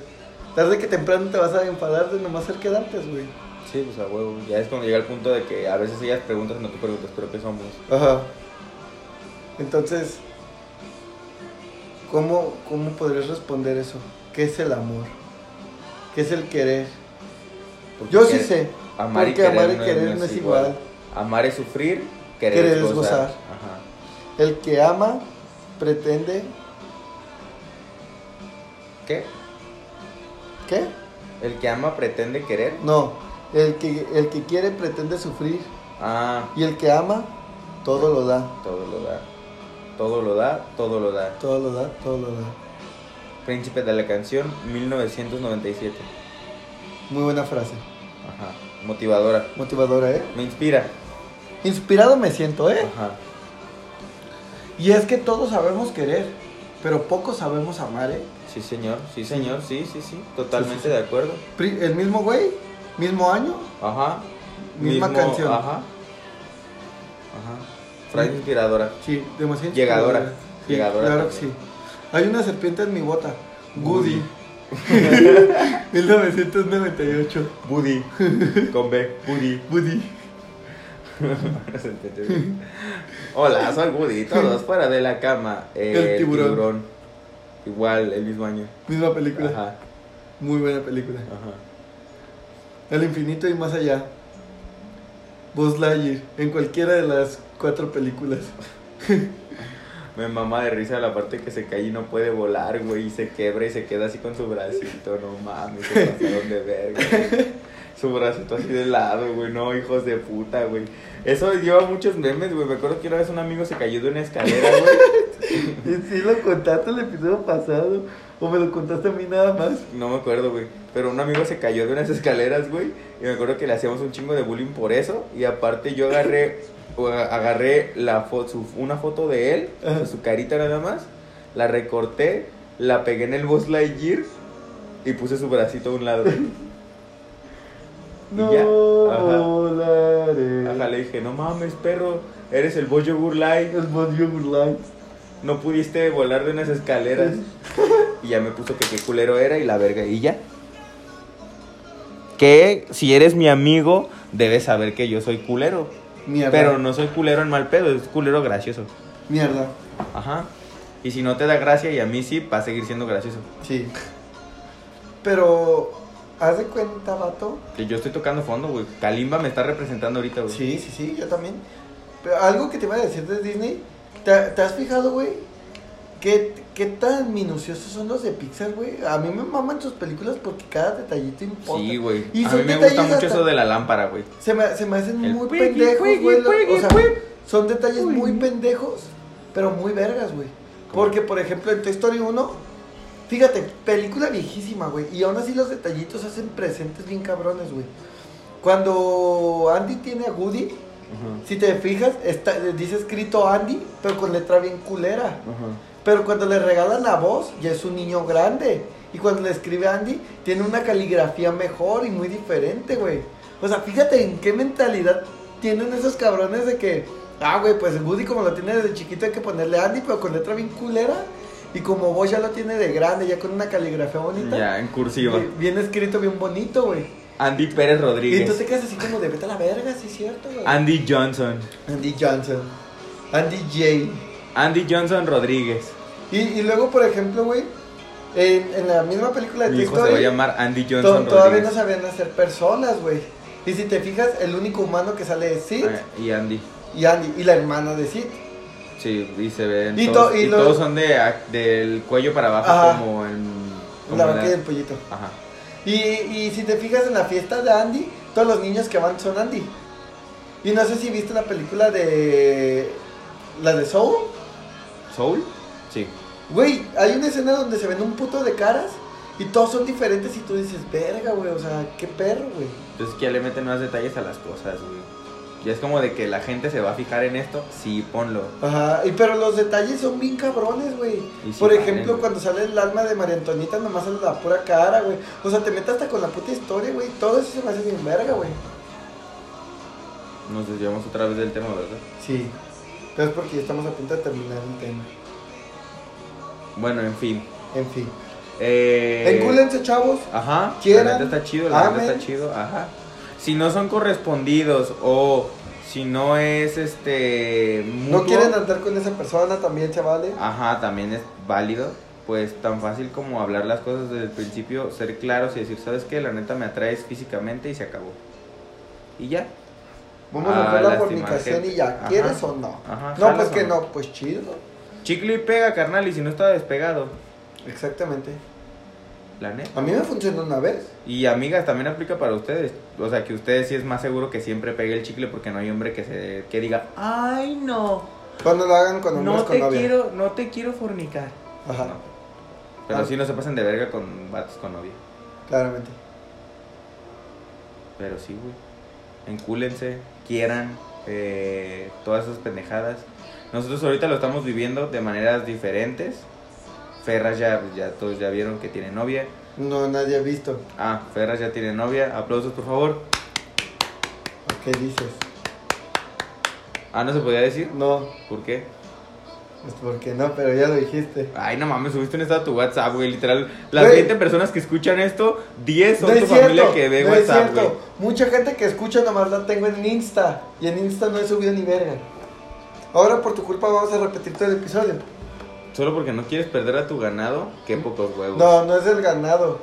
B: tarde que temprano te vas a enfadar de nomás ser quedantes, güey.
A: Sí, pues a huevo. Ya es cuando llega el punto de que a veces ellas preguntan y no tú preguntas, pero ¿qué somos?
B: Ajá. Entonces, ¿cómo, ¿cómo podrías responder eso? ¿Qué es el amor? ¿Qué es el querer?
A: Porque
B: Yo sí
A: querer-
B: sé,
A: Amar y
B: porque
A: querer,
B: amar y
A: no,
B: querer
A: no es igual. Amar es sufrir, querer,
B: Querer
A: es
B: es
A: gozar.
B: gozar.
A: Ajá.
B: el que ama pretende...
A: ¿Qué?
B: ¿Qué?
A: El que ama pretende querer.
B: No,
C: El que, el que quiere pretende sufrir.
A: Ah,
C: Y el que ama, todo lo da.
A: todo lo da. Todo lo da, todo lo da.
C: Todo lo da, todo lo da.
A: Príncipe de la canción, 1997.
C: Muy buena frase.
A: Ajá. Motivadora.
C: Motivadora, ¿eh?
A: Me inspira.
C: Inspirado me siento, ¿eh?
A: Ajá.
C: Y es que todos sabemos querer, pero pocos sabemos amar, ¿eh?
A: Sí, señor. Sí, señor. Sí, sí, sí. Totalmente
C: Sí, sí, sí.
A: de acuerdo.
C: Pri- El mismo güey, mismo año,
A: Ajá.
C: Misma canción.
A: Ajá. Ajá. Frase
C: Sí.
A: inspiradora.
C: Sí, demasiado
A: Llegadora.
C: inspiradora. Sí,
A: Llegadora
C: Claro que sí.
A: también.
C: Hay una serpiente en mi bota. Woody.
A: Woody.
C: 1998.
A: Buddy. Con B. Buddy.
C: Woody.
A: Hola, soy Woody. Todos fuera de la cama. Eh,
C: El tiburón.
A: Igual, el mismo año.
C: Misma película.
A: Ajá.
C: Muy buena película.
A: Ajá.
C: El infinito y más allá. Buzz Lightyear. En cualquiera de las cuatro películas.
A: Me mama de risa la parte que se cae y no puede volar, güey, y se quebra y se queda así con su bracito, no mames, se pasaron de verga. güey. Su bracito así de lado, güey, no, hijos de puta, güey. Eso lleva muchos memes, güey. Me acuerdo que una vez un amigo se cayó de una escalera, güey.
C: Y sí lo contaste el episodio pasado. O me lo contaste a mí nada más.
A: No me acuerdo, güey. Pero un amigo se cayó de unas escaleras, güey. Y me acuerdo que le hacíamos un chingo de bullying por eso. Y aparte yo agarré, o a- agarré la fo- su- una foto de él, o sea, su carita nada más. La recorté, la pegué en el Buzz Lightyear y puse su bracito a un lado. Y
C: No
A: ya. Ajá.
C: volaré.
A: Ajá, le dije, no mames, perro, eres el Boyo Burlai.
C: El Buzz Lightyear.
A: No pudiste volar de unas escaleras. Y ya me puso que qué culero era y la verga. Y ya. Que si eres mi amigo, debes saber que yo soy culero.
C: Mierda.
A: Pero no soy culero en mal pedo, es culero gracioso.
C: Mierda.
A: Ajá. Y si no te da gracia y a mí sí, va a seguir siendo gracioso.
C: Sí. Pero, ¿haz de cuenta, vato?
A: Que yo estoy tocando fondo, güey. Kalimba me está representando ahorita, güey.
C: Sí, sí, sí, yo también. Pero algo que te iba a decir de Disney, ¿te, te has fijado, güey? ¿Qué, ¿Qué tan minuciosos son los de Pixar, güey? A mí me maman sus películas porque cada detallito importa.
A: Sí, güey.
C: Y
A: A
C: son
A: mí me gusta
C: detalles
A: mucho
C: hasta-
A: eso de la lámpara, güey.
C: Se me, se me hacen
A: El
C: muy
A: puigui,
C: pendejos,
A: puigui,
C: güey. lo-
A: puigui,
C: O sea,
A: puigui.
C: son detalles
A: Puigui.
C: muy pendejos, pero muy vergas, güey. Porque, por ejemplo, en Toy Story 1, fíjate, película viejísima, güey. Y aún así los detallitos se hacen presentes bien cabrones, güey. Cuando Andy tiene a Woody,
A: Ajá.
C: si te fijas, está, dice escrito Andy, pero con letra bien culera.
A: Ajá.
C: Pero cuando le regalan la voz, ya es un niño grande. Y cuando le escribe Andy, tiene una caligrafía mejor y muy diferente, güey. O sea, fíjate en qué mentalidad tienen esos cabrones de que, ah, güey, pues el Woody como lo tiene desde chiquito hay que ponerle Andy, pero con letra bien culera. Y como vos ya lo tiene de grande, ya con una caligrafía bonita.
A: Ya, en cursiva.
C: Bien, bien escrito, bien bonito, güey.
A: Andy Pérez
C: Y tú
A: Rodríguez.
C: te quedas así como de vete a la verga, sí es cierto, güey.
A: Andy Johnson.
C: Andy Johnson. Andy J.
A: Andy Johnson Rodríguez.
C: Y, y luego, por ejemplo, güey, en, en la misma película de
A: Mi
C: Toy
A: hijo se va a
C: Story,
A: llamar Andy
C: to-
A: Johnson
C: todavía no
A: Rodríguez.
C: sabían hacer personas, güey. Y si te fijas, el único humano que sale es Sid
A: Ah, y Andy.
C: y Andy, y la hermana de Sid.
A: Sí, y se ven.
C: Y to-
A: todos,
C: y
A: y
C: lo-
A: todos son de ac- del cuello para abajo,
C: Ajá.
A: como en. como
C: la
A: en
C: banquilla del pollito.
A: Ajá.
C: Y, y si te fijas en la fiesta de Andy, todos los niños que van son Andy. Y no sé si viste la película de. La de Soul.
A: ¿Soul? Sí.
C: Güey, hay una escena donde se ven un puto de caras y todos son diferentes y tú dices, verga, güey, o sea, qué perro, güey.
A: Entonces, que ya le meten más detalles a las cosas, güey. Ya es como de que la gente se va a fijar en esto. Sí, ponlo.
C: Ajá, y pero los detalles son bien cabrones, güey.
A: Y sí
C: Por
A: valen,
C: ejemplo,
A: güey.
C: cuando sale el alma de María Antonita, nomás sale la pura cara, güey. O sea, te metes hasta con la puta historia, güey. Todo eso se me hace bien verga, güey.
A: Nos desviamos otra vez del tema, ¿verdad?
C: Sí. Pero es porque ya estamos a punto de terminar el tema.
A: Bueno, en fin.
C: En fin.
A: Eh...
C: Encúlense, chavos.
A: Ajá.
C: Quieran,
A: la neta está chido, la neta
C: amen.
A: está chido, ajá. Si no son correspondidos o si no es este mutuo,
C: No quieren andar con esa persona, también se vale.
A: ajá, también es válido. Pues tan fácil como hablar las cosas desde el principio, ser claros y decir, ¿sabes qué? La neta me atraes físicamente y se acabó. Y ya.
C: Vamos
A: Ah,
C: a hacer la
A: lastimar
C: fornicación
A: gente.
C: y ya.
A: Ajá.
C: ¿Quieres o no?
A: Ajá,
C: no,
A: ¿jalas
C: pues
A: o
C: que
A: no?
C: no, pues chido.
A: Chicle y pega, carnal, y si no está despegado.
C: Exactamente.
A: planeta.
C: A mí me funcionó una vez.
A: Y amigas, también aplica para ustedes. O sea, que ustedes sí es más seguro que siempre pegue el chicle porque no hay hombre que se que diga, "Ay, no,
C: Cuando lo hagan con hombres
A: no
C: con
A: te
C: novia.
A: quiero, no te quiero fornicar."
C: Ajá,
A: No. Pero
C: Ah.
A: sí no se pasen de verga con vatos con novia.
C: claramente.
A: Pero sí, güey. Encúlense, quieran eh, todas esas pendejadas. Nosotros ahorita lo estamos viviendo de maneras diferentes. Ferras ya, ya todos ya vieron que tiene novia.
C: No, nadie ha visto.
A: Ah, Ferras ya tiene novia. Aplausos, por favor.
C: ¿A ¿Qué dices?
A: Ah, no se podía decir.
C: No,
A: ¿Por qué?
C: es porque no, pero ya lo dijiste.
A: Ay, no mames, subiste un estado a tu WhatsApp, güey. Literal, las
C: Güey.
A: 20 personas que escuchan esto, 10 son
C: No
A: tu
C: es cierto,
A: familia que ve
C: no es
A: WhatsApp, güey.
C: cierto. Mucha gente que escucha nomás la tengo en Insta. Y en Insta no he subido ni verga. Ahora por tu culpa vamos a repetir todo el episodio.
A: Solo porque no quieres perder a tu ganado, qué pocos huevos.
C: No, no es el ganado.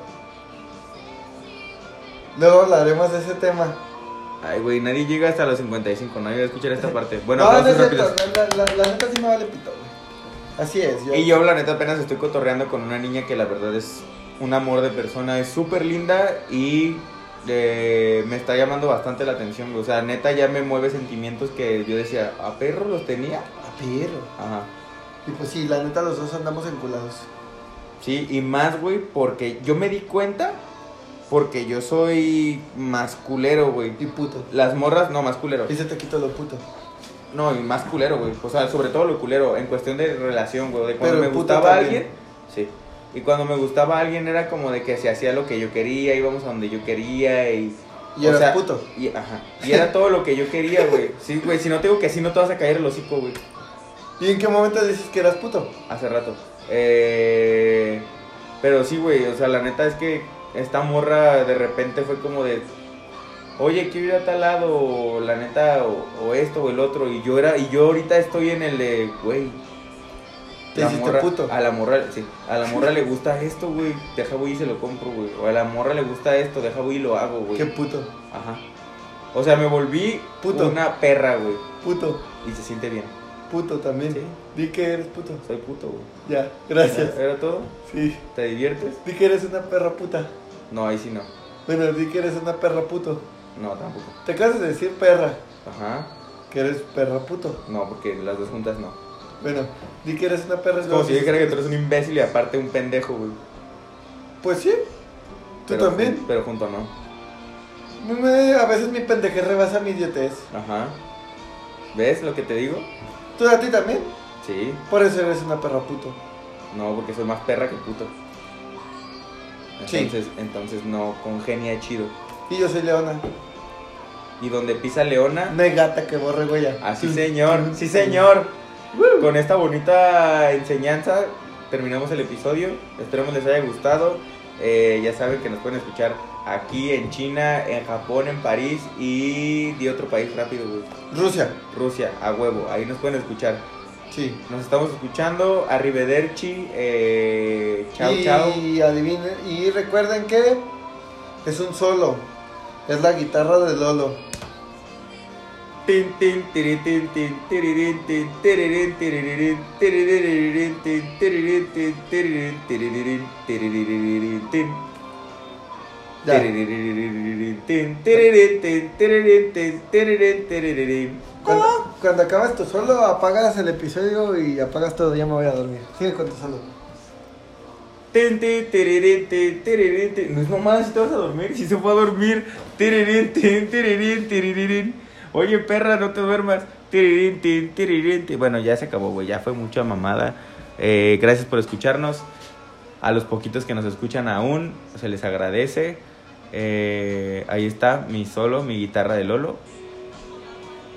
C: Luego hablaremos de ese tema.
A: Ay, güey, nadie llega hasta los 55, nadie va a escuchar esta parte. Bueno,
C: no, no
A: aplausos
C: es cierto.
A: rápidos.
C: La, la- la- la neta sí me vale pito, güey. Así es.
A: Y yo, la neta, apenas estoy cotorreando con una niña que la verdad es un amor de persona, es súper linda y eh, me está llamando bastante la atención. güey. O sea, neta, ya me mueve sentimientos que yo decía, ¿a perro los tenía?
C: Ah, pero.
A: Ajá.
C: Y pues sí, la neta los dos andamos enculados.
A: Sí, y más, güey, porque yo me di cuenta, porque yo soy más culero, güey.
C: Y puto.
A: Las morras, no, más culero.
C: Y se te quitó lo puto.
A: No, y más culero, güey. O sea, sobre todo lo culero, en cuestión de relación, güey. De cuando
C: Pero
A: me
C: el puto
A: gustaba
C: también.
A: alguien. Sí. Y cuando me gustaba alguien era como de que se hacía lo que yo quería, íbamos a donde yo quería y.
C: Y
A: o
C: eras
A: sea,
C: puto.
A: Y, ajá. Y era todo lo que yo quería, güey. Sí, güey. Si no tengo que sí, no te vas a caer el hocico, güey.
C: ¿Y en qué momento dices que eras puto?
A: Hace rato. Eh, pero sí, güey. O sea, la neta es que esta morra de repente fue como de. Oye, quiero ir a tal lado, o la neta, o, o esto o el otro. Y yo era, y yo ahorita estoy en el de, güey.
C: Te
A: la
C: hiciste
A: morra-
C: puto.
A: A la morra, sí. A la morra le gusta esto, güey. Deja voy y se lo compro, güey. O a la morra le gusta esto, deja voy y lo hago, güey.
C: Qué puto.
A: Ajá. O sea, me volví
C: Puto.
A: una perra, güey.
C: Puto.
A: Y se siente bien.
C: Puto también.
A: Sí.
C: Di que eres puto.
A: Soy puto, güey.
C: Ya, gracias.
A: ¿Era todo?
C: Sí.
A: ¿Te diviertes?
C: Di que eres una perra puta.
A: No, ahí sí no.
C: Bueno, di que eres una perra puto.
A: No, tampoco.
C: Te acabas de decir perra,
A: Ajá.
C: que eres perra puto.
A: No, porque las dos juntas no.
C: Bueno, di que eres una perra.
A: Es como si yo
C: luego-
A: dijera que tú eres un imbécil y aparte un pendejo, güey.
C: Pues sí. Tú
A: Pero-
C: también.
A: Pero junto no.
C: Me- A veces mi pendejez rebasa mi idiotez.
A: Ajá. ¿Ves lo que te digo?
C: ¿Tú a ti también?
A: Sí.
C: Por eso eres una perra puto.
A: No, porque soy más perra que puto.
C: Sí.
A: Entonces, entonces no congenia chido.
C: Y yo soy Leona.
A: Y donde pisa Leona.
C: Una gata que borre huella.
A: Así, señor. Ah, Sí, señor. Con esta bonita enseñanza terminamos el episodio. Esperemos les haya gustado. Eh, ya saben que nos pueden escuchar aquí en China, en Japón, en París y de otro país rápido, güey.
C: Rusia.
A: Rusia, a huevo. Ahí nos pueden escuchar.
C: Sí.
A: Nos estamos escuchando. Arrivederci. Eh, chao,
C: y
A: chao.
C: adivinen, y recuerden que es un solo. Es la guitarra de Lolo.
A: Tin, tin, tiririn, tin, tiririn, tin, tiririn, tiririn, tiririn, tin, tiririn, tin, tiririn, tiririn, tiririn, tin.
C: Ya.
A: Tiririn, tin, tiririn, tin, tiririn, tin, tiririn, tiririn.
C: Cuando, cuando acabas tu solo, apagas el episodio y apagas todo. Ya me voy a dormir. Sigue con tu solo.
A: Tin, tin, tiririn, tin, tiririn, tin. No es mamada si te vas a dormir, si se fue a dormir. Tiririn, tin, tiririn, tiririn. Oye, perra, no te duermas. Tiririn, tin, tiririn, tin. Bueno, ya se acabó, güey. Ya fue mucha mamada. Eh, gracias por escucharnos. A los poquitos que nos escuchan aún, se les agradece. Eh, ahí está mi solo, mi guitarra de Lolo.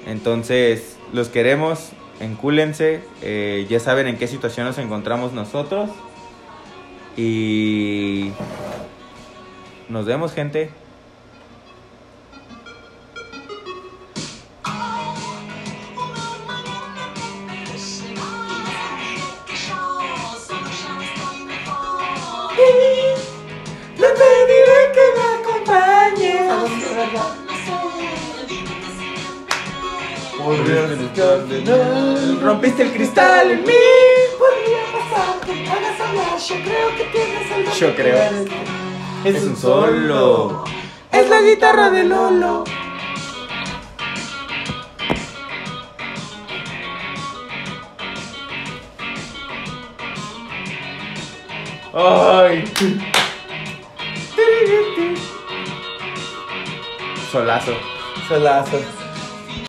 A: Entonces, los queremos, encúlense. eh, ya saben en qué situación nos encontramos nosotros. Y nos vemos, gente. Le pediré que me acompañe. Rompiste el cristal en mí.
D: Podría pasar que hagas hablar, yo creo que tienes algo
A: Yo
D: que
A: creo.
D: decir.
A: Es, un solo. Es la guitarra de Lolo. Ay. Solazo.
B: Solazo.